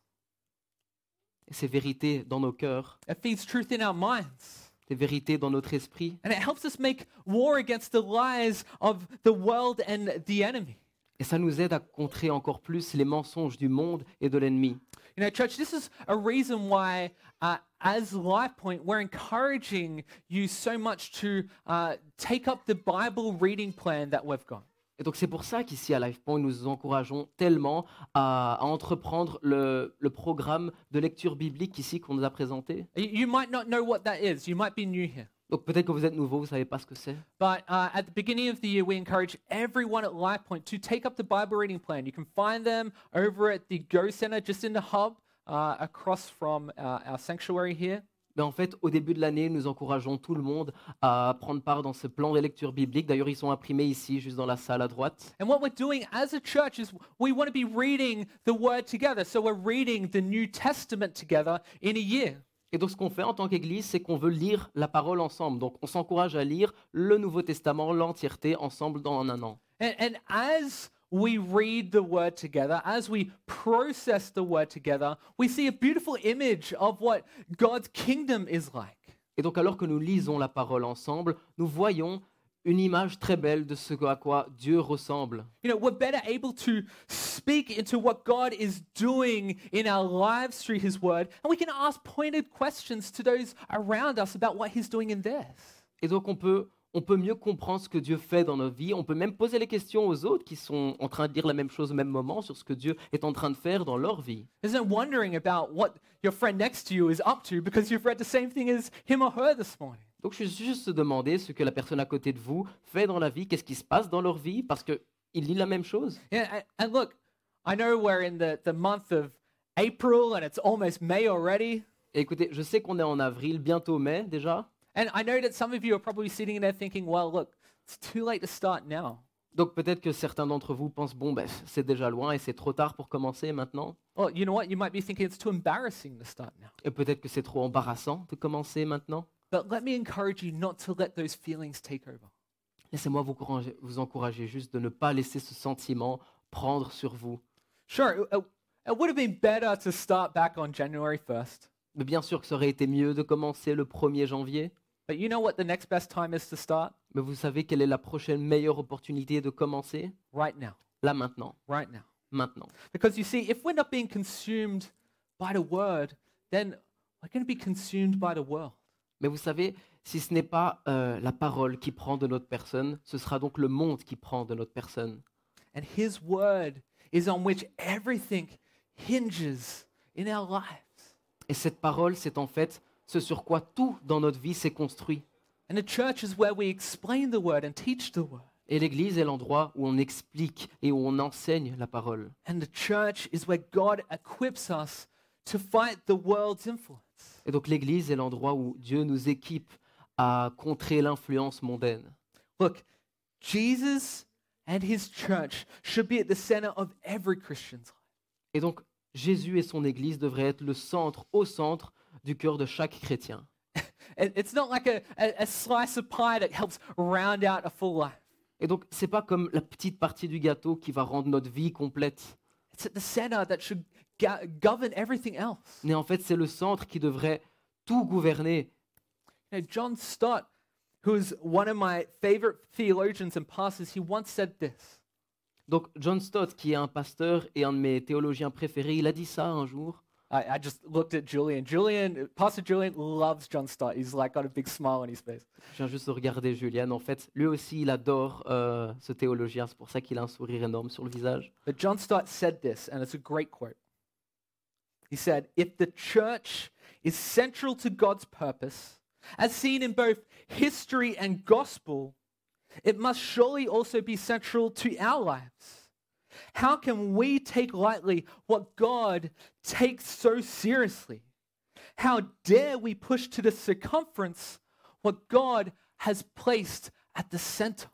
Speaker 2: Et ces vérités dans nos cœurs,
Speaker 1: it feeds truth in our minds,
Speaker 2: ces vérités dans notre esprit,
Speaker 1: and it helps us make war against the lies of the world and the enemy.
Speaker 2: et ça nous aide à contrer encore plus les mensonges du monde et de l'ennemi.
Speaker 1: You You know, church, this is a reason why, uh, as LifePoint, we're encouraging you so much to uh, take up the Bible reading plan that we've got.
Speaker 2: Et donc c'est pour ça qu'ici à LifePoint, nous nous encourageons tellement à, à entreprendre le, le programme de lecture biblique ici qu'on nous a présenté.
Speaker 1: You- You might not know what that is. You might be new here.
Speaker 2: Donc peut-être que vous êtes nouveau, vous savez pas ce que c'est.
Speaker 1: But uh, at the beginning of the year, we encourage everyone at LifePoint to take up the Bible reading plan. You can find them over at the Go Center, just in the hub uh, across from uh, our sanctuary here.
Speaker 2: Mais en fait, au début de l'année, nous encourageons tout le monde à prendre part dans ce plan de lecture biblique. D'ailleurs, ils sont imprimés ici, juste dans la salle à droite.
Speaker 1: And what we're doing as a church is we want to be reading the Word together. So we're reading the New Testament together in a year.
Speaker 2: Et donc, ce qu'on fait en tant qu'Église, c'est qu'on veut lire la parole ensemble. Donc, on s'encourage à lire le Nouveau Testament, l'entièreté, ensemble dans un an.
Speaker 1: And, and as we read the word together, as we process the word together, we see a beautiful image of what God's kingdom is like.
Speaker 2: Et donc, alors que nous lisons la parole ensemble, nous voyons une image très belle de ce à quoi Dieu ressemble.
Speaker 1: You know, we're better able to speak into what God is doing in our lives through his word, and we can ask pointed questions to those around us about what he's doing in theirs.
Speaker 2: Et donc, on peut, on peut mieux comprendre ce que Dieu fait dans nos vies. On peut même poser les questions aux autres qui sont en train de dire la même chose au même moment sur ce que Dieu est en train de faire dans leur vie.
Speaker 1: There's no wondering about what your friend next to you is up to because you've read the same thing as him or her this morning.
Speaker 2: Donc, je suis juste se demander ce que la personne à côté de vous fait dans la vie, qu'est-ce qui se passe dans leur vie, parce que il lit la même chose.
Speaker 1: Yeah, and, and look, I know we're in the, the month of April and it's almost May already.
Speaker 2: Et écoutez, je sais qu'on est en avril, bientôt mai déjà.
Speaker 1: And I know that some of you are probably sitting there thinking, well, look, it's too late to start now.
Speaker 2: Donc peut-être que certains d'entre vous pensent, bon, ben, c'est déjà loin et c'est trop tard pour commencer maintenant.
Speaker 1: Well, you know what? You might be thinking it's too embarrassing to start now.
Speaker 2: Et peut-être que c'est trop embarrassant de commencer maintenant.
Speaker 1: But let me encourage you not to let those feelings take over.
Speaker 2: Laissez-moi vous, couranger- vous encourager juste de ne pas laisser ce sentiment prendre sur vous.
Speaker 1: Sure, it, it would have been better to start back on January 1st.
Speaker 2: Mais bien sûr que ça aurait été mieux de commencer le 1er janvier.
Speaker 1: But you know what the next best time is to start?
Speaker 2: Mais vous savez quelle est la prochaine meilleure opportunité de commencer
Speaker 1: Right now.
Speaker 2: Là maintenant,
Speaker 1: Right now.
Speaker 2: maintenant.
Speaker 1: Because you see, if we're not being consumed by the word, then we're going to be consumed by the world.
Speaker 2: Mais vous savez, si ce n'est pas euh, la parole qui prend de notre personne, ce sera donc le monde qui prend de notre personne.
Speaker 1: And His word is on which everything hinges in our lives.
Speaker 2: Et cette parole, c'est en fait ce sur quoi tout dans notre vie s'est construit.
Speaker 1: And the church is where we explain the word and teach the word.
Speaker 2: Et l'Église est l'endroit où on explique et où on enseigne la parole.
Speaker 1: And the church is where God equips us to fight the world's influence.
Speaker 2: Et donc l'Église est l'endroit où Dieu nous équipe à contrer l'influence mondaine.
Speaker 1: Look, Jesus and his church should be at the center of every Christian's life.
Speaker 2: Et donc Jésus et son Église devraient être le centre, au centre du cœur de chaque chrétien.
Speaker 1: It- It's not like a, a, a slice of pie that helps round out a full life.
Speaker 2: Et donc c'est pas comme la petite partie du gâteau qui va rendre notre vie complète.
Speaker 1: It's at the center that should go- govern everything else.
Speaker 2: Mais en fait, c'est le centre qui devrait tout gouverner.
Speaker 1: You know, John Stott, who is one of my favorite theologians and pastors, he once said this.
Speaker 2: Donc John Stott, qui est un pasteur et un de mes théologiens préférés, il a dit ça un jour.
Speaker 1: I, I just looked at Julian. Julian, Pastor Julian loves John Stott. He's like got a big smile on his face.
Speaker 2: Je viens juste de regarder Julian. En fait, lui aussi, il adore euh, ce théologien. C'est pour ça qu'il a un sourire énorme sur le visage.
Speaker 1: But John Stott said this, and it's a great quote. He said, If the church is central to God's purpose, as seen in both history and gospel, it must surely also be central to our lives. How can we take lightly what God takes so seriously? How dare we push to the circumference what God has placed at the center?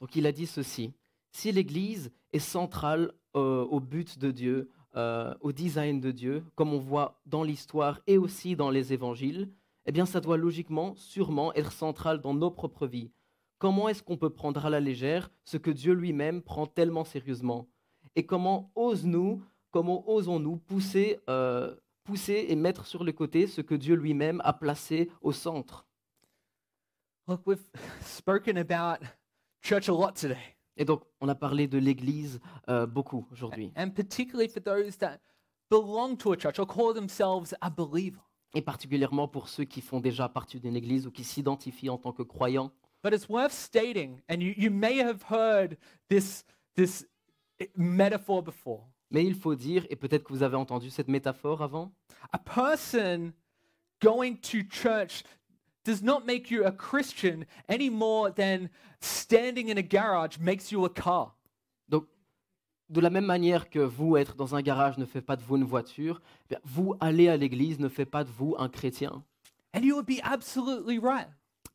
Speaker 2: Donc il a dit ceci. Si l'Église est centrale euh, au but de Dieu, euh, au design de Dieu, comme on voit dans l'histoire et aussi dans les évangiles, eh bien ça doit logiquement, sûrement, être central dans nos propres vies. Comment est-ce qu'on peut prendre à la légère ce que Dieu lui-même prend tellement sérieusement Et comment ose-nous, comment osons-nous pousser, euh, pousser et mettre sur le côté ce que Dieu lui-même a placé au centre
Speaker 1: Look, we've spoken about church a lot today,
Speaker 2: Et donc on a parlé de l'Église euh, beaucoup aujourd'hui.
Speaker 1: and particularly for those that belong to a church or call themselves a believer.
Speaker 2: et particulièrement pour ceux qui font déjà partie d'une église ou qui s'identifient en tant que croyants.
Speaker 1: But it's worth stating, and you, you may have heard this, this metaphor before.
Speaker 2: Mais il faut dire, et peut-être que vous avez entendu cette métaphore avant,
Speaker 1: A person going to church does not make you a Christian any more than standing in a garage makes you a car.
Speaker 2: donc de la même manière que vous, être dans un garage ne fait pas de vous une voiture, eh bien, vous, aller à l'église ne fait pas de vous un chrétien.
Speaker 1: And you would be absolutely right.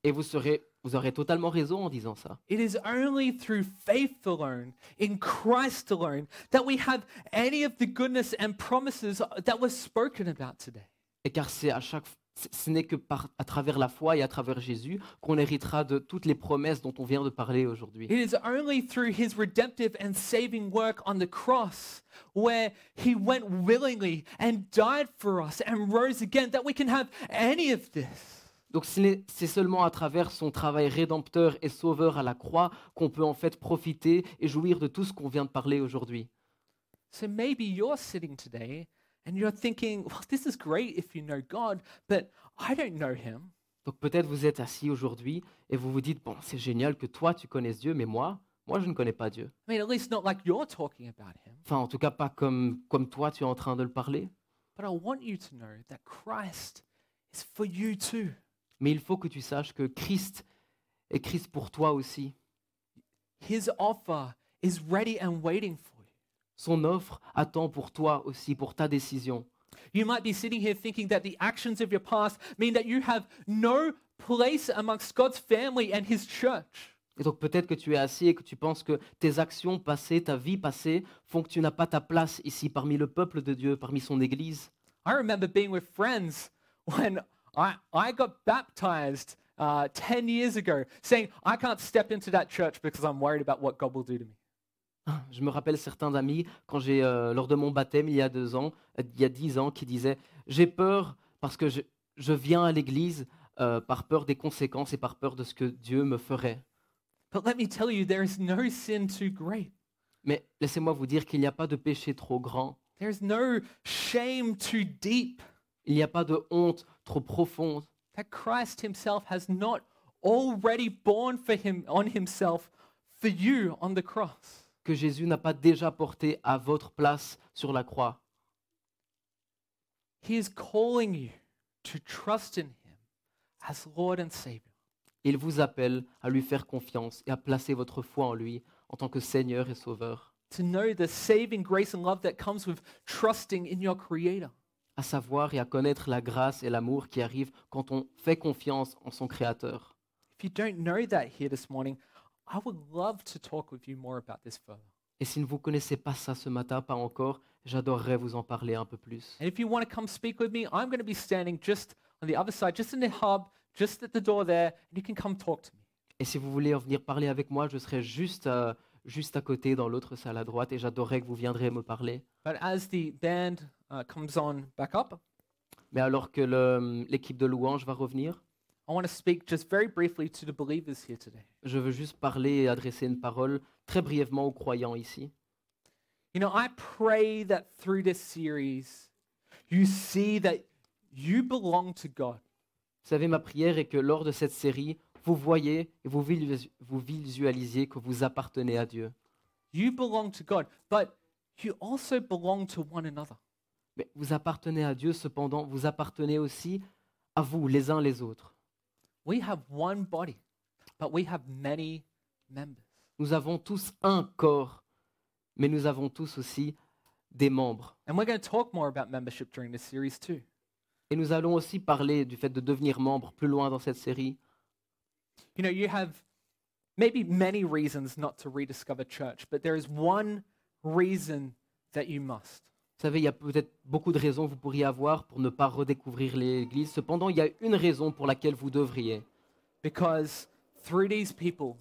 Speaker 2: Et vous, serez, vous aurez totalement raison en disant ça.
Speaker 1: It is only through faith alone, in Christ alone, that we have any of the goodness and promises that was spoken about today.
Speaker 2: Et car c'est à chaque c- ce n'est que par, à travers la foi et à travers Jésus qu'on héritera de toutes les promesses dont on vient de parler aujourd'hui.
Speaker 1: It is only through his redemptive and saving work on the cross, where he went willingly and died for us and rose again, that we can have any of this.
Speaker 2: Donc ce n'est- c'est seulement à travers son travail rédempteur et sauveur à la croix qu'on peut en fait profiter et jouir de tout ce qu'on vient de parler aujourd'hui.
Speaker 1: So maybe you're sitting today and you're thinking, well, this is great if you know God, but I don't know him.
Speaker 2: Donc peut-être vous êtes assis aujourd'hui et vous vous dites, bon, c'est génial que toi tu connaisses Dieu, mais moi, moi je ne connais pas Dieu.
Speaker 1: I mean, at least not like you're talking about him.
Speaker 2: Enfin, en tout cas pas comme, comme toi tu es en train de le parler.
Speaker 1: But I want you to know that Christ is for you too.
Speaker 2: Mais il faut que tu saches que Christ est Christ pour toi aussi.
Speaker 1: His offer is ready and waiting for you.
Speaker 2: Son offre attend pour toi aussi, pour ta décision.
Speaker 1: You might be sitting here thinking that the actions of your past mean that you have no place amongst God's family and His church.
Speaker 2: Et donc peut-être que tu es assis et que tu penses que tes actions passées, ta vie passée, font que tu n'as pas ta place ici parmi le peuple de Dieu, parmi son Église.
Speaker 1: I remember being with friends when I, I got baptized uh, 10 years ago, saying, I can't step into that church because I'm worried about what God will do to me.
Speaker 2: Ah, Je me rappelle certains amis, quand j'ai, euh, lors de mon baptême il y a deux ans, euh, il y a dix ans, qui disaient J'ai peur parce que je, je viens à l'Église euh, par peur des conséquences et par peur de ce que Dieu me ferait.
Speaker 1: But let me tell you, there is no sin too great.
Speaker 2: Mais laissez-moi vous dire qu'il n'y a pas de péché trop grand,
Speaker 1: There is no shame too deep
Speaker 2: il n'y a pas de honte trop profonde.
Speaker 1: that Christ himself has not already borne for him on himself for you on the cross.
Speaker 2: que Jésus n'a pas déjà porté à votre place sur la croix.
Speaker 1: He is calling you to trust in him as Lord and Savior.
Speaker 2: Il vous appelle à lui faire confiance et à placer votre foi en lui en tant que Seigneur et Sauveur,
Speaker 1: To know the saving grace and love that comes with trusting in your Creator.
Speaker 2: à savoir et à connaître la grâce et l'amour qui arrivent quand on fait confiance en son Créateur.
Speaker 1: If you don't know that here this morning, I would love to talk with you more about this further.
Speaker 2: Et si vous ne connaissez pas ça ce matin, pas encore, j'adorerais vous en parler un peu plus.
Speaker 1: And if you want to come speak with me, I'm going to be standing just on the other side, just in the hub, just at the door there, and you can come talk to me.
Speaker 2: Et si vous voulez en venir parler avec moi, je serai juste à, juste à côté dans l'autre salle à droite et j'adorerais que vous viendrez me parler.
Speaker 1: But as the band uh, comes on back up,
Speaker 2: Mais alors que le- l'équipe de louange va revenir,
Speaker 1: I want to speak just very briefly to the believers here today.
Speaker 2: Je veux juste parler et adresser une parole très brièvement aux croyants ici.
Speaker 1: You know, I pray that through this series, you see that you belong to God.
Speaker 2: Vous savez, ma prière est que lors de cette série, vous voyez et vous, visu- vous visualisiez que vous appartenez à Dieu.
Speaker 1: You belong to God, but you also belong to one another.
Speaker 2: Mais vous appartenez à Dieu, cependant, vous appartenez aussi à vous, les uns les autres.
Speaker 1: We have one body, but we have many members.
Speaker 2: Nous avons tous un corps, mais nous avons tous aussi des membres.
Speaker 1: And we're going to talk more about membership during this series too.
Speaker 2: Et nous allons aussi parler du fait de devenir membre plus loin dans cette série.
Speaker 1: You know, you have maybe many reasons not to rediscover church, but there is one reason that you must.
Speaker 2: Vous savez, il y a peut-être beaucoup de raisons que vous pourriez avoir pour ne pas redécouvrir l'Église. Cependant, il y a une raison pour laquelle vous devriez.
Speaker 1: Because through these people,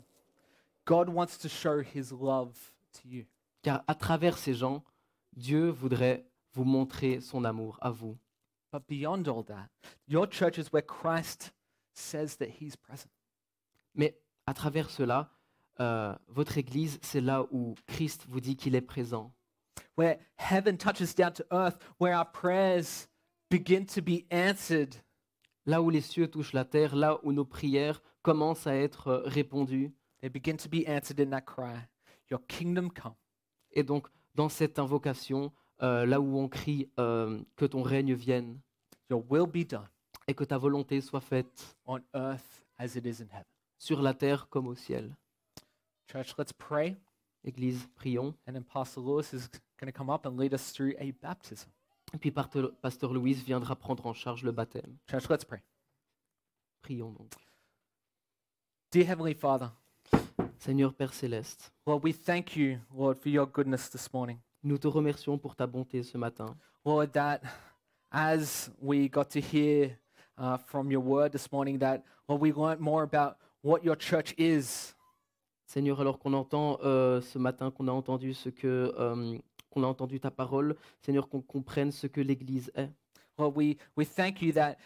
Speaker 1: God wants to show his love to you.
Speaker 2: Car à travers ces gens, Dieu voudrait vous montrer son amour à vous.
Speaker 1: But beyond all that, your church is where Christ says that he's present.
Speaker 2: Mais à travers cela, euh, votre Église, c'est là où Christ vous dit qu'il est présent.
Speaker 1: where heaven touches down to earth, where our prayers begin to be answered.
Speaker 2: Là où les cieux touchent la terre, là où nos prières commencent à être euh, répondues.
Speaker 1: They begin to be answered in that cry, Your kingdom come.
Speaker 2: Et donc, dans cette invocation, euh, là où on crie euh, que ton règne vienne
Speaker 1: Your will be done
Speaker 2: et que ta volonté soit faite
Speaker 1: on earth as it is in heaven.
Speaker 2: sur la terre comme au ciel.
Speaker 1: Church, let's pray.
Speaker 2: Église, prions.
Speaker 1: And then Pastor Lewis is going to come up and lead us through a baptism.
Speaker 2: Et puis, parte- pasteur Louise viendra prendre en charge le baptême.
Speaker 1: Church, let's pray.
Speaker 2: Prions donc.
Speaker 1: Dear Heavenly Father,
Speaker 2: Seigneur Père Céleste,
Speaker 1: Lord, we thank you, Lord, for your goodness this morning.
Speaker 2: nous te remercions pour ta bonté ce matin.
Speaker 1: Lord, that as we got to hear uh, from your word this morning, that, Lord, we learned more about what your church is.
Speaker 2: Seigneur, alors qu'on entend euh, ce matin, qu'on a entendu ce que, euh, qu'on a entendu ta parole, Seigneur, qu'on comprenne ce que l'Église est.
Speaker 1: Lord, we, we thank you that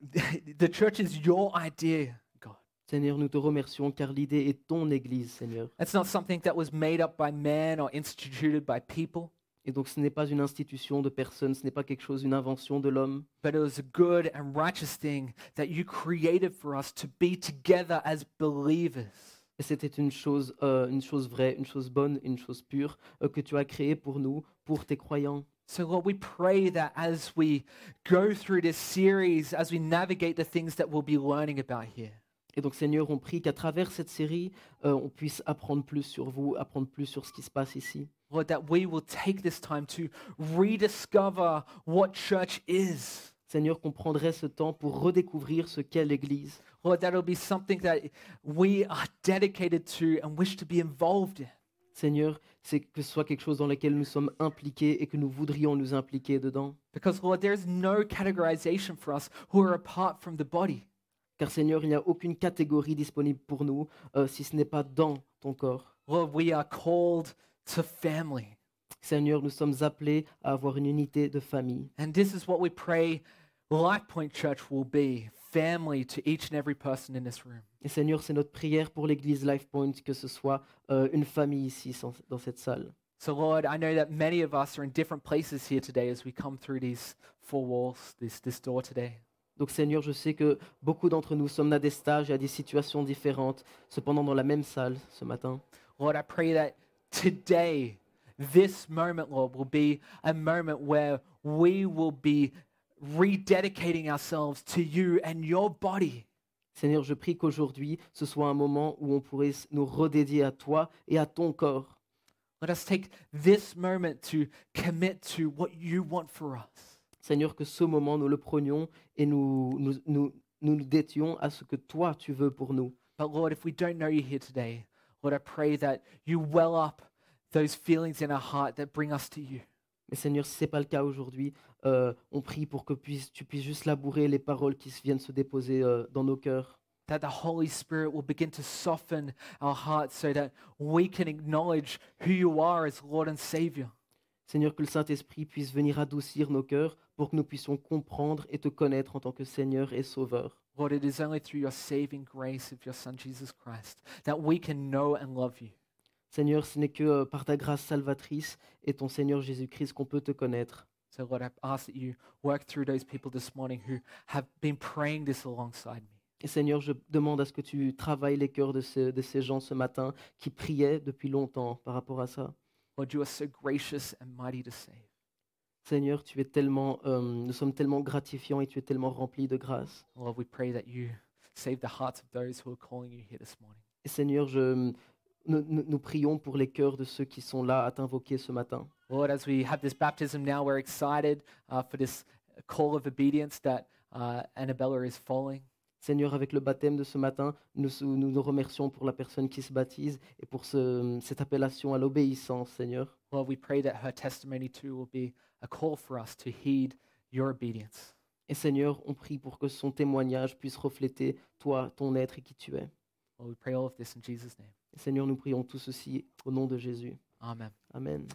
Speaker 1: the church is your idea, God.
Speaker 2: Seigneur, nous te remercions car l'idée est ton Église, Seigneur.
Speaker 1: That's not something that was made up by man or instituted by people,
Speaker 2: Et donc ce n'est pas une institution de personne, ce n'est pas quelque chose, une invention de l'homme,
Speaker 1: but it was a good and righteous thing that you created for us to be together as believers.
Speaker 2: Et c'était une chose, euh, une chose vraie, une chose bonne, une chose pure euh, que tu as créée pour nous, pour tes croyants.
Speaker 1: So, Lord, we pray that as we go through this series, as we navigate the things that we'll be learning about here,
Speaker 2: Et donc Seigneur, on prie qu'à travers cette série, euh, on puisse apprendre plus sur vous, apprendre plus sur ce qui se passe ici.
Speaker 1: Lord, that we will take this time to rediscover what church is.
Speaker 2: Seigneur, qu'on prendrait ce temps pour redécouvrir ce qu'est l'Église.
Speaker 1: Lord, that'll be something that we are dedicated to and wish to be involved in.
Speaker 2: Seigneur, c'est que ce soit quelque chose dans lequel nous sommes impliqués et que nous voudrions nous impliquer dedans.
Speaker 1: Because, Lord, there is no categorization for us who are apart from the body.
Speaker 2: Car Seigneur, il n'y a aucune catégorie disponible pour nous euh, si ce n'est pas dans ton corps.
Speaker 1: Lord, we are called to family.
Speaker 2: Seigneur, nous sommes appelés à avoir une unité de famille.
Speaker 1: And this is what we pray Life Point Church will be family to each and every person in this room.
Speaker 2: Et Seigneur, c'est notre prière pour l'Église LifePoint que ce soit euh, une famille ici sans- dans cette salle.
Speaker 1: So, Lord, I know that many of us are in different places here today as we come through these four walls, this, this door today.
Speaker 2: Donc Seigneur, je sais que beaucoup d'entre nous sommes à des stages et à des situations différentes, cependant dans la même salle ce matin.
Speaker 1: Lord, I pray that today, this moment, Lord, will be a moment where we will be rededicating ourselves to you and your body.
Speaker 2: Seigneur, je prie qu'aujourd'hui, ce soit un moment où on pourrait s- nous redédier à toi et à ton corps.
Speaker 1: Let us take this moment to commit to what you want for us.
Speaker 2: Seigneur, que ce moment, nous le prenions et nous nous, nous, nous nous détions à ce que toi, tu veux pour nous.
Speaker 1: But Lord, if we don't know you here today, Lord, I pray that you well up those feelings in our heart that bring us to you.
Speaker 2: Mais Seigneur, si ce n'est pas le cas aujourd'hui, euh, on prie pour que puisse- tu puisses juste labourer les paroles qui s- viennent se déposer euh, dans nos cœurs.
Speaker 1: That the Holy Spirit will begin to soften our hearts so that we can acknowledge who you are as Lord and Savior.
Speaker 2: Seigneur, que le Saint-Esprit puisse venir adoucir nos cœurs pour que nous puissions comprendre et te connaître en tant que Seigneur et Sauveur.
Speaker 1: Lord, it is only through your saving grace of your Son Jesus Christ that we can know and love you.
Speaker 2: Seigneur, ce n'est que euh, par ta grâce salvatrice et ton Seigneur Jésus-Christ qu'on peut te connaître.
Speaker 1: So, Lord, I ask that you work through those people this morning who have been praying this alongside me.
Speaker 2: Et Seigneur, je demande à ce que tu travailles les cœurs de, ce- de ces gens ce matin qui priaient depuis longtemps par rapport à ça.
Speaker 1: Lord, you are so gracious and mighty to save.
Speaker 2: Seigneur, tu es tellement, euh, nous sommes tellement gratifiants et tu es tellement rempli de grâce.
Speaker 1: Lord, we pray that you save the hearts of those who are calling you here this morning.
Speaker 2: Et Seigneur, je- nous, nous- nous prions pour les cœurs de ceux qui sont là à t'invoquer ce matin.
Speaker 1: Lord, as we have this baptism now, we're excited uh, for this call of obedience that uh, Annabella is following.
Speaker 2: Seigneur, avec le baptême de ce matin, nous sou- nous, nous remercions pour la personne qui se baptise et pour ce- cette appellation à l'obéissance, Seigneur.
Speaker 1: Lord, we pray that her testimony too will be a call for us to heed your obedience.
Speaker 2: Et Seigneur, on prie pour que son témoignage puisse refléter toi, ton être et qui tu es.
Speaker 1: Lord, we pray all of this in Jesus' name.
Speaker 2: Seigneur, nous prions tout ceci au nom de Jésus.
Speaker 1: Amen.
Speaker 2: Amen.